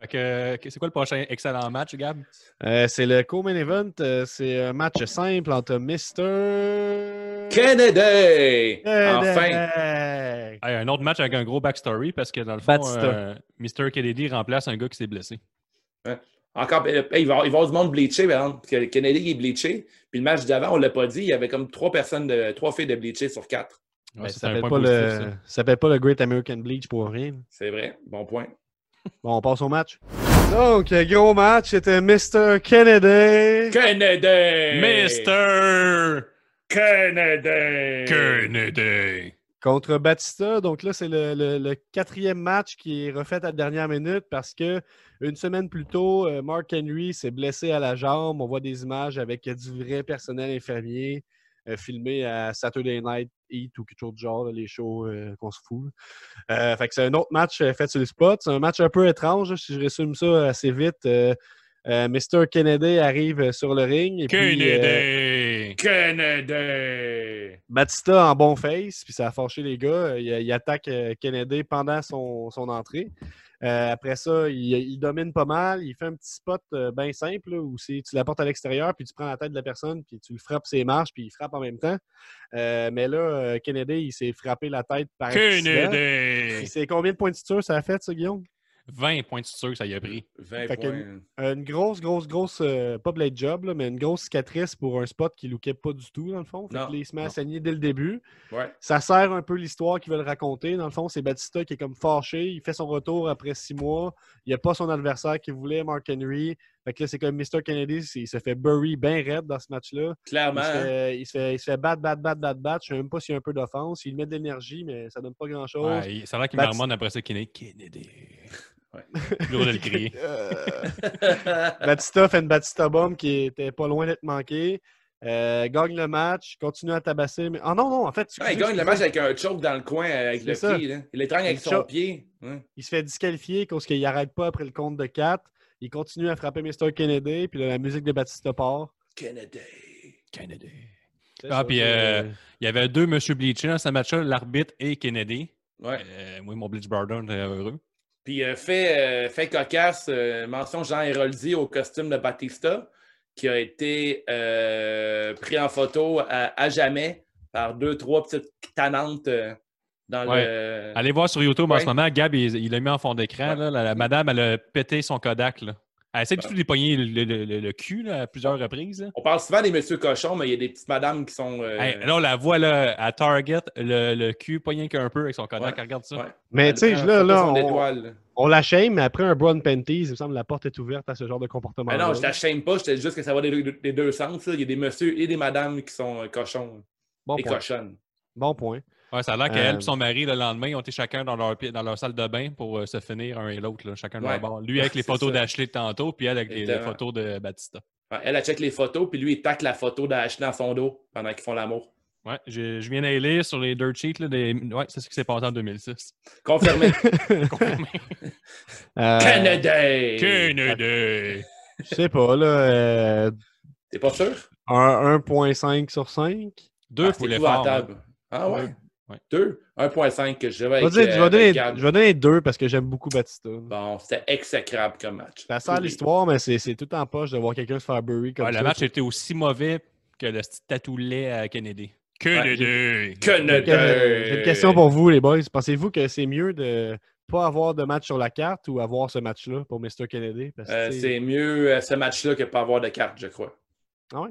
Fait que, euh, c'est quoi le prochain excellent match, Gab?
Euh, c'est le co-main event. euh, c'est un match simple entre Mr.
Kennedy! Enfin!
Enfin!
Hey, un autre match avec un gros backstory parce que dans le fond,
Batista.
euh, Mr. Kennedy remplace un gars qui s'est blessé.
Encore, euh, hey, il, va y avoir- il va y avoir du monde bleaché, par exemple, parce que Kennedy il est bleaché. Puis le match d'avant, on l'a pas dit, il y avait comme trois personnes, de, trois filles de bleachées sur quatre.
Ouais,
Ben,
c'est
ça s'appelle
un
pas,
point
le...
positif, ça.
ça s'appelle pas le Great American Bleach pour rien.
C'est vrai, bon point.
Bon, on passe au match. Donc, euh, gros match, c'était Mr. Kennedy.
Kennedy!
Mr.
Kennedy!
Kennedy!
contre Batista. Donc là, c'est le, le- le quatrième match qui est refait à la dernière minute parce que une semaine plus tôt, euh, Mark Henry s'est blessé à la jambe. On voit des images avec du vrai personnel infirmier euh, filmé à Saturday Night Heat ou quelque chose du genre, là, les shows euh, qu'on se fout. Euh, fait que c'est un autre match euh, fait sur le spot. C'est un match un peu étrange, là, si je résume ça assez vite. Euh, euh, Mr. Kennedy arrive sur le ring. Et Puis, euh,
Kennedy!
Kennedy!
Batista en bon face, puis ça a fâché les gars. Euh, Il, il attaque euh, Kennedy pendant son, son entrée. Euh, après ça, il, il domine pas mal. Il fait un petit spot euh, bien simple là, où c'est- tu la portes à l'extérieur, puis tu prends la tête de la personne, puis tu le frappes ses marches, puis il frappe en même temps. Euh, mais là, euh, Kennedy, il s'est frappé la tête par accident. Et
Kennedy!
C'est combien de points de suture ça a fait, ça, Guillaume?
20 points de suture que ça y a pris.
20
Fait que-
points.
Euh, Une grosse, grosse, grosse, euh, pas blade job, là, mais une grosse cicatrice pour un spot qui lookait pas du tout, dans le fond. Fait
Non,
que là, il se met à
non.
saigner dès le début.
Ouais.
ça sert un peu l'histoire qu'ils veulent raconter. Dans le fond, c'est Batista qui est comme fâché. Il fait son retour après six mois. Il n'y a pas son adversaire qu'il voulait, Mark Henry. Fait que là, c'est comme Mr. Kennedy, c'est- il se fait bury bien raide dans ce match-là. Il,
Clairement.
se fait- il se fait- il se fait battre, battre, battre, battre, battre. Je ne sais même pas s'il y a un peu d'offense. Il met de l'énergie, mais ça donne pas grand-chose.
Ouais, il- ça a l'air qu'il
Batista-
marmonne après ça, Kennedy. Kennedy!
Ouais.
Plus drôle de le crier.
Euh, Batista fait une Batista bomb qui était pas loin d'être manquée. Euh, gagne le match, continue à tabasser. Mais... Ah non, non, en fait,
Ouais, il
excusez,
gagne le match avec un choke dans le coin avec
C'est
le
ça.
pied. là. Il l'étrangle avec
Il
son
choke.
pied. Ouais.
Il se fait disqualifier parce qu'il n'arrête pas après le compte de 4. Il continue à frapper Mr. Kennedy, puis là, la musique de Batista part.
Kennedy.
Kennedy.
C'est
Ah,
ça,
puis,
c'est,
euh, Il y avait deux Monsieur Bleacher dans ce match-là, l'arbitre et Kennedy.
Ouais.
Euh, moi, mon Bleach Brother, on était heureux.
Puis euh, fait, euh, fait cocasse, euh, mention Jean Héroldi au costume de Batista, qui a été euh, pris en photo à, à jamais par deux, trois petites tanantes euh, dans
Ouais.
le.
Allez voir sur YouTube en
Ouais.
ce moment, Gab, il il l'a mis en fond d'écran.
Ouais.
là. La, la madame, elle a pété son Kodak. Là. Elle essaie de
Ouais.
tout dépogner le, le- le- le cul là, à plusieurs reprises. là.
On parle souvent des messieurs cochons, mais il y a des petites madames qui sont. euh,
Hey, là, on la voit là, à Target, le, le cul pogné qu'un peu avec son Kodak.
Ouais.
Regarde ça.
Ouais.
Mais tu sais,
en
là,
photo
là,
sur des
on,
toiles.
on la shame, mais après un Brown Panties, il me semble que la porte est ouverte à ce genre de comportement.
Mais non, je t'achète pas, je te dis juste que ça va des deux, des deux sens. là. Il y a des messieurs et des madames qui sont euh, cochons
bon
et
point.
cochonnes.
Bon point.
Ouais, ça a l'air qu'elle
Euh,
et son mari, le lendemain, ils ont été chacun dans leur, pi- dans leur salle de bain pour euh, se finir un et l'autre, là, chacun de
Ouais.
leur bord. Lui avec les
C'est
photos
ça.
d'Ashley de tantôt, puis elle avec les, les
Exactement.
photos de Batista.
Ouais, Elle, elle check les photos, puis lui, il tacle la photo d'Ash dans son dos pendant qu'ils font l'amour.
Ouais, j'ai- je viens d'aller lire sur les dirt sheets. Là, des... Ouais, c'est ce qui s'est passé en 2006.
Confirmé.
Confirmé.
Euh,
Kennedy! Ah,
Kennedy!
je sais pas, là, euh,
T'es pas sûr?
un 1.5 sur 5.
Deux
Ah, c'est
pour l'effort. hein.
épouvantable. Ah ouais?
Ouais. Ouais.
Deux? 1.5 que je vais
Je vais,
avec,
dire- je,
euh,
vais donner,
avec Gab.
je vais donner deux parce que j'aime beaucoup Batista.
Bon, c'était exécrable comme match.
Ça sert l'histoire, mais c'est c'est tout en poche de voir quelqu'un se faire bury comme
Ouais,
ça.
le match était aussi mauvais que le petit tatou lait à Kennedy. Kennedy!
J'ai une
Kennedy!
que- j'ai une question pour vous, les boys. Pensez-vous que c'est mieux de pas avoir de match sur la carte ou avoir ce match-là pour Mr. Kennedy? Parce que,
Euh,
tu sais,
c'est mieux euh, ce match-là que pas avoir de carte, je crois.
ok.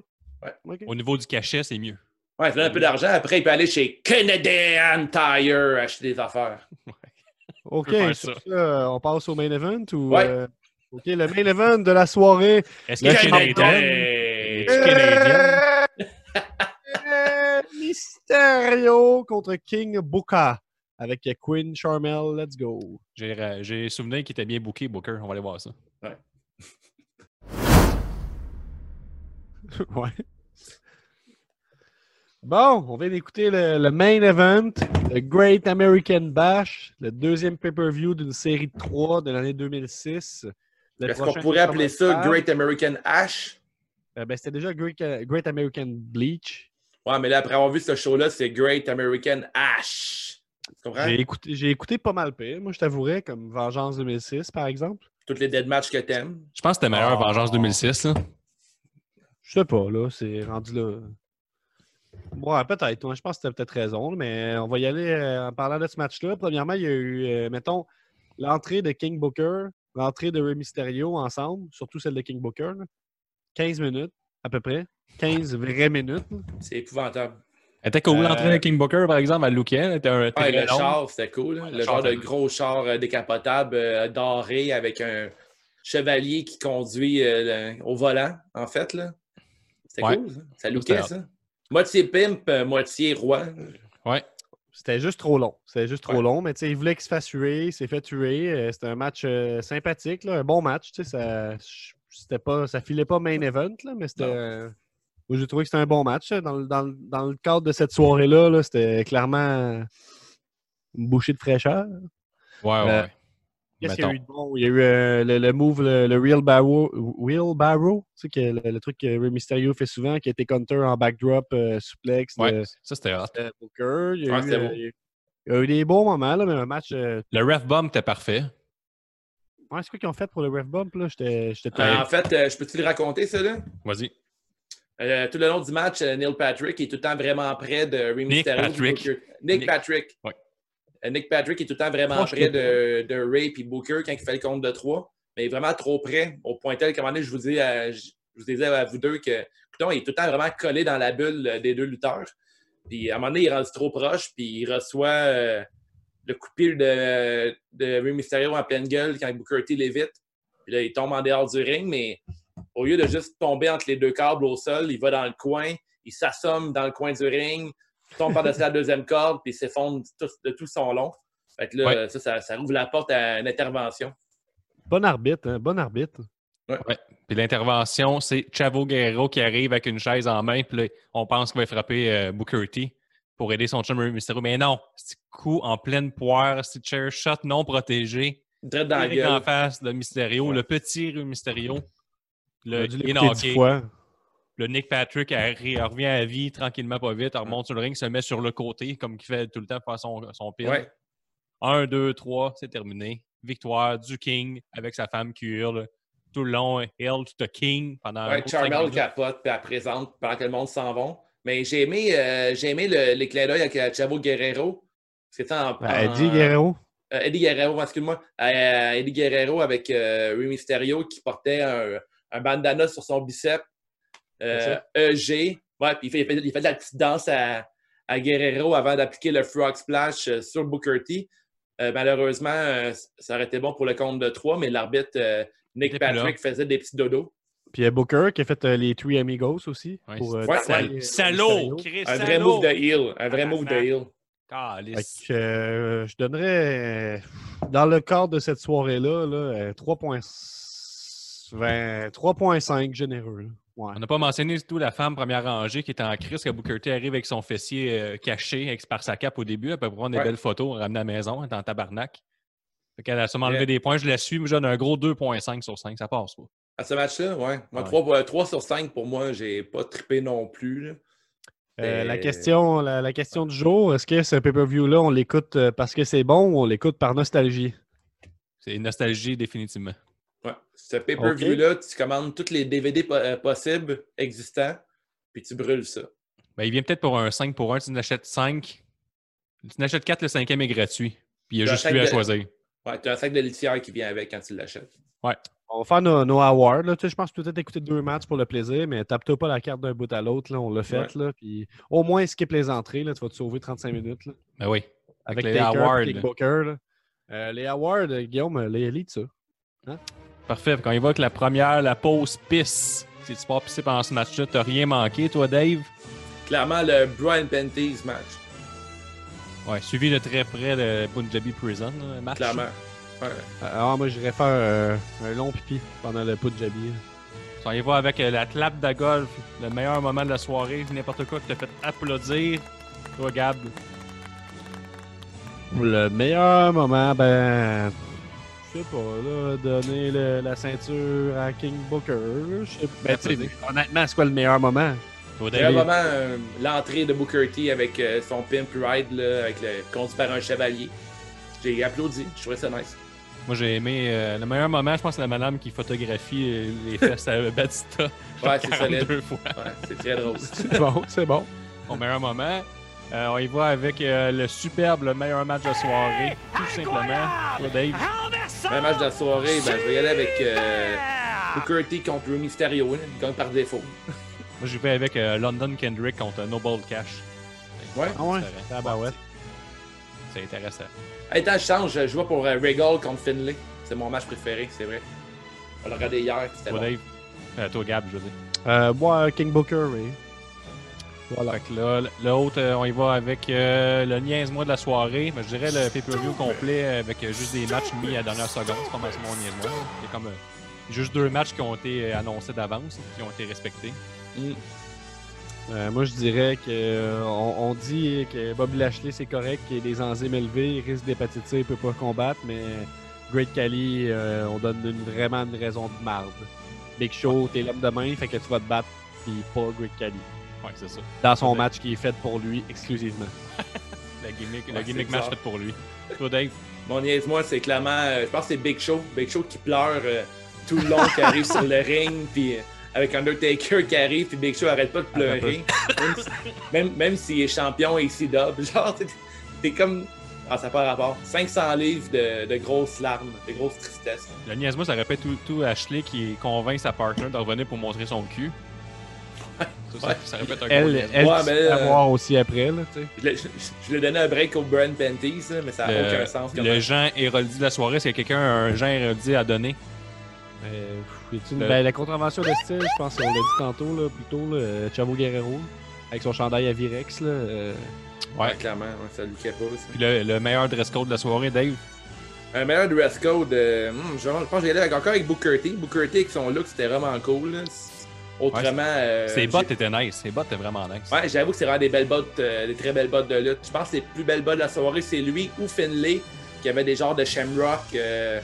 Au niveau du cachet, c'est mieux.
Ouais, il donne un peu d'argent. Après, il peut aller chez Canadian Tire acheter des affaires.
OK,
faire
sur ça, on passe au main event ou...
Ouais.
euh, OK, le main event de la soirée.
Est-ce que
Le
Kennedy?
Kennedy!
Est-ce que Kennedy?
Euh, Mysterio contre King Booker avec Quinn Charmel. Let's go.
J'ai ra- J'ai souvenir qu'il était bien booké, Booker. On va aller voir ça.
Ouais. Bon, on vient d'écouter le, le main event, le Great American Bash, le deuxième pay-per-view d'une série de trois de l'année 2006. Le
Est-ce
prochain
qu'on pourrait appeler ça
SummerSlam,
Great American Ash?
euh, ben, C'était déjà Great, Great American Bleach.
Ouais, mais là, après avoir vu ce show-là, c'est Great American Ash. Tu comprends?
J'ai écouté, j'ai écouté pas mal pire, moi je t'avouerais, comme Vengeance 2006 par exemple.
Toutes les dead matchs que t'aimes.
Je pense que c'était meilleur
Oh.
Vengeance 2006. là.
Je sais pas, là, c'est rendu là. Ouais, peut-être. ouais, je pense que tu as peut-être raison, mais on va y aller euh, en parlant de ce match-là. Premièrement, il y a eu, euh, mettons, l'entrée de King Booker, l'entrée de Rey Mysterio ensemble, surtout celle de King Booker. là. 15 minutes, à peu près. 15 vraies minutes. là.
C'est épouvantable.
Elle était cool,
Euh,
l'entrée de King Booker, par exemple, à Luquet. Elle était un
Ouais,
très
le
long.
char, c'était cool. hein.
Ouais, le
le
char,
genre de
c'était-
gros char euh, décapotable euh, doré avec un chevalier qui conduit euh, le- au volant, en fait. là. C'était
Ouais.
cool. Ça, ça
C'était
lookait, ça. Moitié pimp, euh, moitié roi.
Ouais.
C'était juste trop long. C'était juste trop
Ouais.
long, mais tu sais, il voulait qu'il se fasse tuer, il s'est fait tuer. euh, C'était un match euh, sympathique, là, un bon match. Tu sais, ça, c'était pas, ça filait pas main event, là, mais c'était.
Non.
euh, moi, j'ai trouvé que c'était un bon match. hein. Dans, le- dans le- dans le cadre de cette soirée-là, là, c'était clairement une bouchée de fraîcheur.
Ouais, ouais.
Euh,
ouais.
Qu'est-ce qu'il y a
Mettons.
eu de bon? Il y a eu euh, le, le move, le, le Real Barrow, Real Barrow, tu sais, que le, le truc que Rey Mysterio fait souvent, qui était counter en backdrop, euh, suplex. de-
Ouais, ça, c'était hot.
de Booker. Euh, Il y a,
Ouais,
eu,
Ah, c'était
euh,
beau.
il y a eu des bons moments, là, mais un match. euh,
Le ref bomb était parfait.
ouais, c'est quoi qu'ils ont fait pour le ref bump? là? J'étais j'étais
Euh,
tanné.
en fait, euh, je peux-tu le raconter, ça, là?
Vas-y.
Euh, tout le long du match, euh, Neil Patrick est tout le temps vraiment près de Rey
Nick
Mysterio, du
Patrick.
Booker. Nick,
Nick-
Patrick.
Ouais.
Euh, Nick Patrick est tout le temps vraiment
Proche
près de, de Ray et Booker quand il fait le compte de trois, mais vraiment trop près, au point tel qu'à un moment donné, je vous, dis à, je vous disais à vous deux que écoutons, il est tout le temps vraiment collé dans la bulle euh, des deux lutteurs. Puis à un moment donné, il est rendu trop proche, puis il reçoit euh, le coup de pied de, de Rey Mysterio en pleine gueule quand Booker T l'évite. Puis là, il tombe en dehors du ring, mais au lieu de juste tomber entre les deux câbles au sol, il va dans le coin, il s'assomme dans le coin du ring, tombe par-dessus la deuxième corde, puis il s'effondre tout- de tout son long. Fait que là,
Ouais.
ça, ça, ça ouvre la porte à une intervention.
Bon arbitre, hein, bon arbitre.
Puis l'intervention, c'est Chavo Guerrero qui arrive avec une chaise en main. Puis là, on pense qu'il va frapper euh, Booker T pour aider son chum Rey Mysterio. Mais non, c'est coup en pleine poire, c'est chair shot non protégé.
Direct dans la
Eric en
gueule.
face de Mysterio, le petit Mysterio.
Il
Euh,
Le,
a dû
il est
l'écouter
knocké.
dix fois.
Le Nick Patrick elle ri- elle revient à vie tranquillement, pas vite. Elle remonte sur le ring, se met sur le côté, comme qu'il fait tout le temps pour faire son, son pin.
Ouais.
1, 2, 3, c'est terminé. Victoire du King avec sa femme qui hurle tout le long. Hail to the King pendant. un
Ouais,
gros cinq
Charmel
minutes.
capote, puis elle présente pendant que le monde s'en va. Mais j'ai aimé, euh, j'ai aimé le, les clins d'œil avec euh, Chavo Guerrero. C'était en,
Ben, elle
en-
dit Guerrero.
euh, Eddie Guerrero, excuse-moi. Euh, Eddie Guerrero avec euh, Rey Mysterio qui portait un, un bandana sur son bicep. Euh, EG. Ouais, puis il fait, il, fait, il fait de la petite danse à, à Guerrero avant d'appliquer le Frog Splash euh, sur Booker T. Euh, malheureusement, euh, ça aurait été bon pour le compte de 3, mais l'arbitre euh, Nick
Était plus là.
Patrick faisait des petits dodos.
Puis il y a Booker qui a fait euh, les Three Amigos aussi.
Ouais,
pour, euh,
ouais,
taper, euh, Mysterio.
Salaud! Chris,
Un
salaud!
vrai move de heel. Un vrai move de heel.
Calice.
Fait que, euh, je donnerais, euh, dans le cadre de cette soirée-là, là, euh, 3.5 20 3.5 généreux. là. Ouais.
On n'a pas mentionné surtout la femme première rangée qui était en crise que Booker T arrive avec son fessier euh, caché ex- par sa cape au début. Elle peut prendre des
Ouais.
belles photos, ramener à la maison, elle est en tabarnak. Fait qu'elle a sûrement
Yeah.
enlevé des points. Je la suis, mais je donne un gros 2.5 sur 5. Ça passe pas.
À ce match-là, ouais. Moi,
Ouais.
3, sur 5 pour moi, j'ai pas trippé non plus. là.
Euh, la,
Et-
question, la, la question du jour, est-ce que ce pay-per-view-là, on l'écoute euh, parce que c'est bon ou on l'écoute par nostalgie?
C'est une nostalgie définitivement.
Ouais. Ce pay-per-view-là, tu commandes tous les DVD po- euh, possibles existants, puis tu brûles ça.
Ben, il vient peut-être pour un 5 pour 1. Tu n'achètes 5. Tu n'achètes 4, le cinquième est gratuit. Puis il y a
Le
juste
sac
lui à
de-
choisir.
Ouais, tu as un sac de litière qui vient avec quand tu l'achètes.
On va faire nos, nos awards. là. Tu sais, Je pense que tu peux peut-être écouter deux matchs pour le plaisir, mais tape-toi pas la carte d'un bout à l'autre. là, On l'a fait. Là, puis au moins, skip les entrées. Là, tu vas te sauver 35 minutes. là,
Ben oui.
avec
les
Taker puis
awards.
Kick Booker, là. Euh, les awards, euh, Guillaume, euh, les élites, ça.
Parfait. Quand il va avec la première, la pause pisse. Si tu pars pisser pendant ce match-là, t'as rien manqué, toi, Dave?
Clairement, le Brian Penties match,
Ouais, suivi de très près de Punjabi Prison, là, match.
clairement. Ouais.
Ah, moi, j'irais faire euh, un long pipi pendant le pot de Jabi.
On y va avec euh, la clap de golf, le meilleur moment de la soirée, n'importe quoi qui t'a fait applaudir. Toi, Gab,
Ben,
Le meilleur moment, ben. Je sais pas, là, donner le- la ceinture à King Booker. Je sais pas. Ben, tu sais, honnêtement, c'est quoi le meilleur moment?
toi,
Vraiment,
Dave,
euh, l'entrée de Booker T avec euh, son Pimp Ride, là, avec le conduit par un chevalier. J'ai applaudi, je trouvais ça nice.
moi j'ai aimé euh, le meilleur moment, je pense, c'est la madame qui photographie euh, les fesses à Batista.
Ouais, c'est solide.
deux fois.
Ouais, c'est très drôle.
C'est bon, c'est bon.
Au meilleur moment. Euh, on y va avec euh, le superbe, le meilleur match de soirée, tout simplement. Toi, Dave,
Un match de la soirée, ben, je vais y aller avec euh, Booker T contre Rey Mysterio, là, il gagne par défaut.
moi j'y vais avec euh, London Kendrick contre Noble Cash.
Ouais.
Ah ouais?
Différent.
Tabarouette.
C'est intéressant.
Hey, attends, je change. Je vois pour euh, Regal contre Finlay. C'est mon match préféré, c'est vrai. On l'a regardé hier, c'était
Toi,
bon.
Dave. Euh, toi, Gab, je veux dire.
Euh, moi, King Booker, oui.
Fait que là, l'autre, euh, on y va avec euh, le niaise-moi de la soirée. Mais je dirais le pay-per-view complet euh, avec euh, juste des matchs mis à la dernière seconde. C'est pas mal ça, mon niaise-moi. Il y a comme euh, juste deux matchs qui ont été euh, annoncés d'avance et qui ont été respectés.
Euh, moi, je dirais que euh, on, on dit que Bobby Lashley, c'est correct, qu'il a des enzymes élevées, il risque d'hépatite C, il peut pas combattre, mais Great Cali, euh, on donne une- vraiment une raison de marde. Big Show, t'es l'homme de main, fait que tu vas te battre, puis pas Great Cali.
Ouais, c'est ça.
Dans son
Ouais.
match qui est fait pour lui exclusivement.
La gimmick,
Ouais,
le gimmick
c'est
match
bizarre.
fait pour lui. Toi, Dave.
Mon niaise-moi, c'est clairement. euh, je pense que c'est Big Show. Big Show qui pleure euh, tout le long, qui arrive sur le ring, puis euh, avec Undertaker qui arrive, puis Big Show arrête pas de pleurer. Même si- même même s'il est champion et ici dub. Genre, t'es- t'es comme. Ah, ça n'a pas rapport. 500 livres de, de grosses larmes, de grosses tristesses.
Le niaise-moi, ça répète tout, tout Ashley qui convainc sa partner de revenir pour montrer son cul. Ça, ça-
Ouais.
ça répète un gros
Elle,
niaise-moi.
elle
Ouais,
tu
mais,
peux
euh,
la voir aussi après, là, tu sais.
Je l'ai- je- je lui ai donné un break au Brand Panties, là, mais ça n'a
Le-
aucun sens. comme-
Le Jean Héroldi de la soirée, c'est quelqu'un un Jean Héroldi à donner.
Mais, pff, y a-t-il une-
Le-
ben, la contravention de style, je pense qu'on l'a dit tantôt, là, plus tôt, là, euh, Chavo Guerrero, avec son chandail à Virex, là. euh,
Ouais, clairement, ouais, ça lui capote. pas.
Puis le, le meilleur dress code de la soirée, Dave.
Un meilleur dress code, euh, hmm, je, je pense que j'allais avec- encore avec Booker T. Booker T avec son look, c'était vraiment cool. là. C'est- Autrement. euh,
Ses
j'ai-
bottes étaient nice. Ses bottes étaient vraiment nice.
Ouais, j'avoue que c'est vraiment des belles bottes, euh, des très belles bottes de lutte. Je pense que les plus belles bottes de la soirée, c'est lui ou Finlay qui avait des genres de shamrock euh,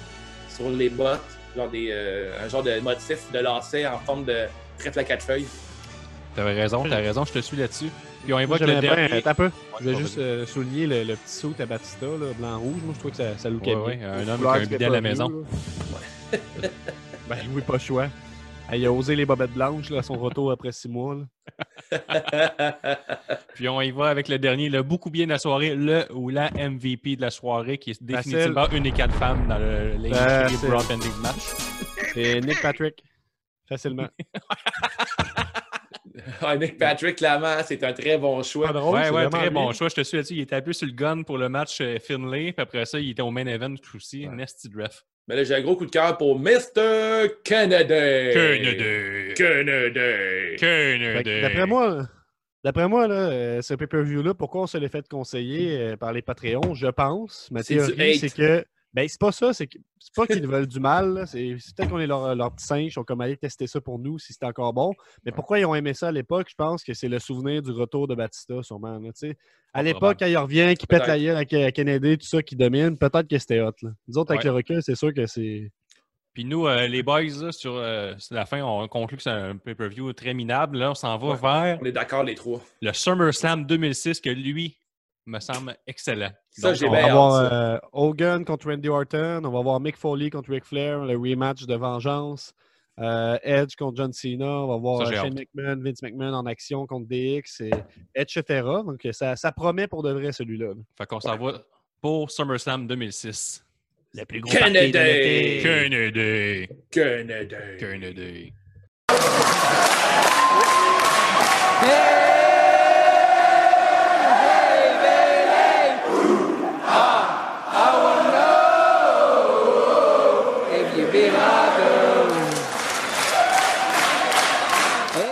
sur les bottes, genre des, euh, un genre de motif de lacet en forme de trèfle à quatre feuilles.
T'avais raison, t'as raison, je te suis là-dessus. Puis on
Moi,
évoque le
j'aimais bien.
dernier.
Attends un peu.
Ouais,
Je vais
vas-y.
juste euh, souligner le, le petit saut à Batista, là, blanc-rouge. Moi, je trouve que ça, ça lookait
Ouais,
bien.
ouais, un homme qui a
Couleur
un
qui fait
bidet à
pas
la
bleu,
maison.
là. ben oui, pas le choix. Ah, Il a osé les bobettes blanches là, à son retour après six mois. là.
Puis on y va avec le dernier, le beaucoup bien de la soirée, le ou la MVP de la soirée, qui est
Facile. Euh,
définitivement une des quatre femmes dans le- l'industrie
Facile.
du Broad Bending Match.
C'est Nick Patrick. Facilement.
Ah, Nick Patrick, clairement, c'est un très bon choix.
ouais, ouais, très bon choix. Je te suis là-dessus. Il était appuyé sur le gun pour le match euh, Finlay. Puis après ça, il était au main event aussi. Nasty Draft.
Mais là, j'ai un gros coup de cœur pour Mr. Canada.
Kennedy!
Canada.
Kennedy!
D'après moi, d'après moi là, euh, ce pay-per-view-là, pourquoi on se l'est fait conseiller euh, par les Patreons, je pense. Ma
Hmm. C'est du
théorie,
hate.
c'est que. Ben, c'est pas ça, c'est que- c'est pas qu'ils veulent du mal, là, c'est c'est peut-être qu'on est leur, leur petit singe, ils sont comme allés tester ça pour nous, si c'était encore bon. Mais pourquoi ils ont aimé ça à l'époque, je pense que c'est le souvenir du retour de Batista, sûrement. là, tu sais. à l'époque, quand il revient, qu'il pète la gueule à Ke- à Kennedy, tout ça, qui domine, peut-être que c'était hot. Là. Nous autres, avec
Ouais.
le recul, c'est sûr que c'est.
Puis nous, euh, les boys, là, sur, euh, sur la fin, on conclut que c'est un pay-per-view très minable. Là, on s'en va
Ouais.
vers
On est d'accord, les trois.
le SummerSlam 2006 que lui me semble excellent.
Ça, j'ai
on-
On va
bien
avoir
hâte,
euh, Hogan contre Randy Orton. On va avoir Mick Foley contre Ric Flair, le rematch de Vengeance. Euh, Edge contre John Cena. On va voir
Ça, j'ai
euh, Shane McMahon, Vince McMahon en action contre DX, et, etc. Donc, ça, ça promet pour de vrai celui-là.
Fait qu'on s'en va pour SummerSlam 2006.
Le plus
Canada.
Kennedy!
Canada.
Kennedy.
Hey!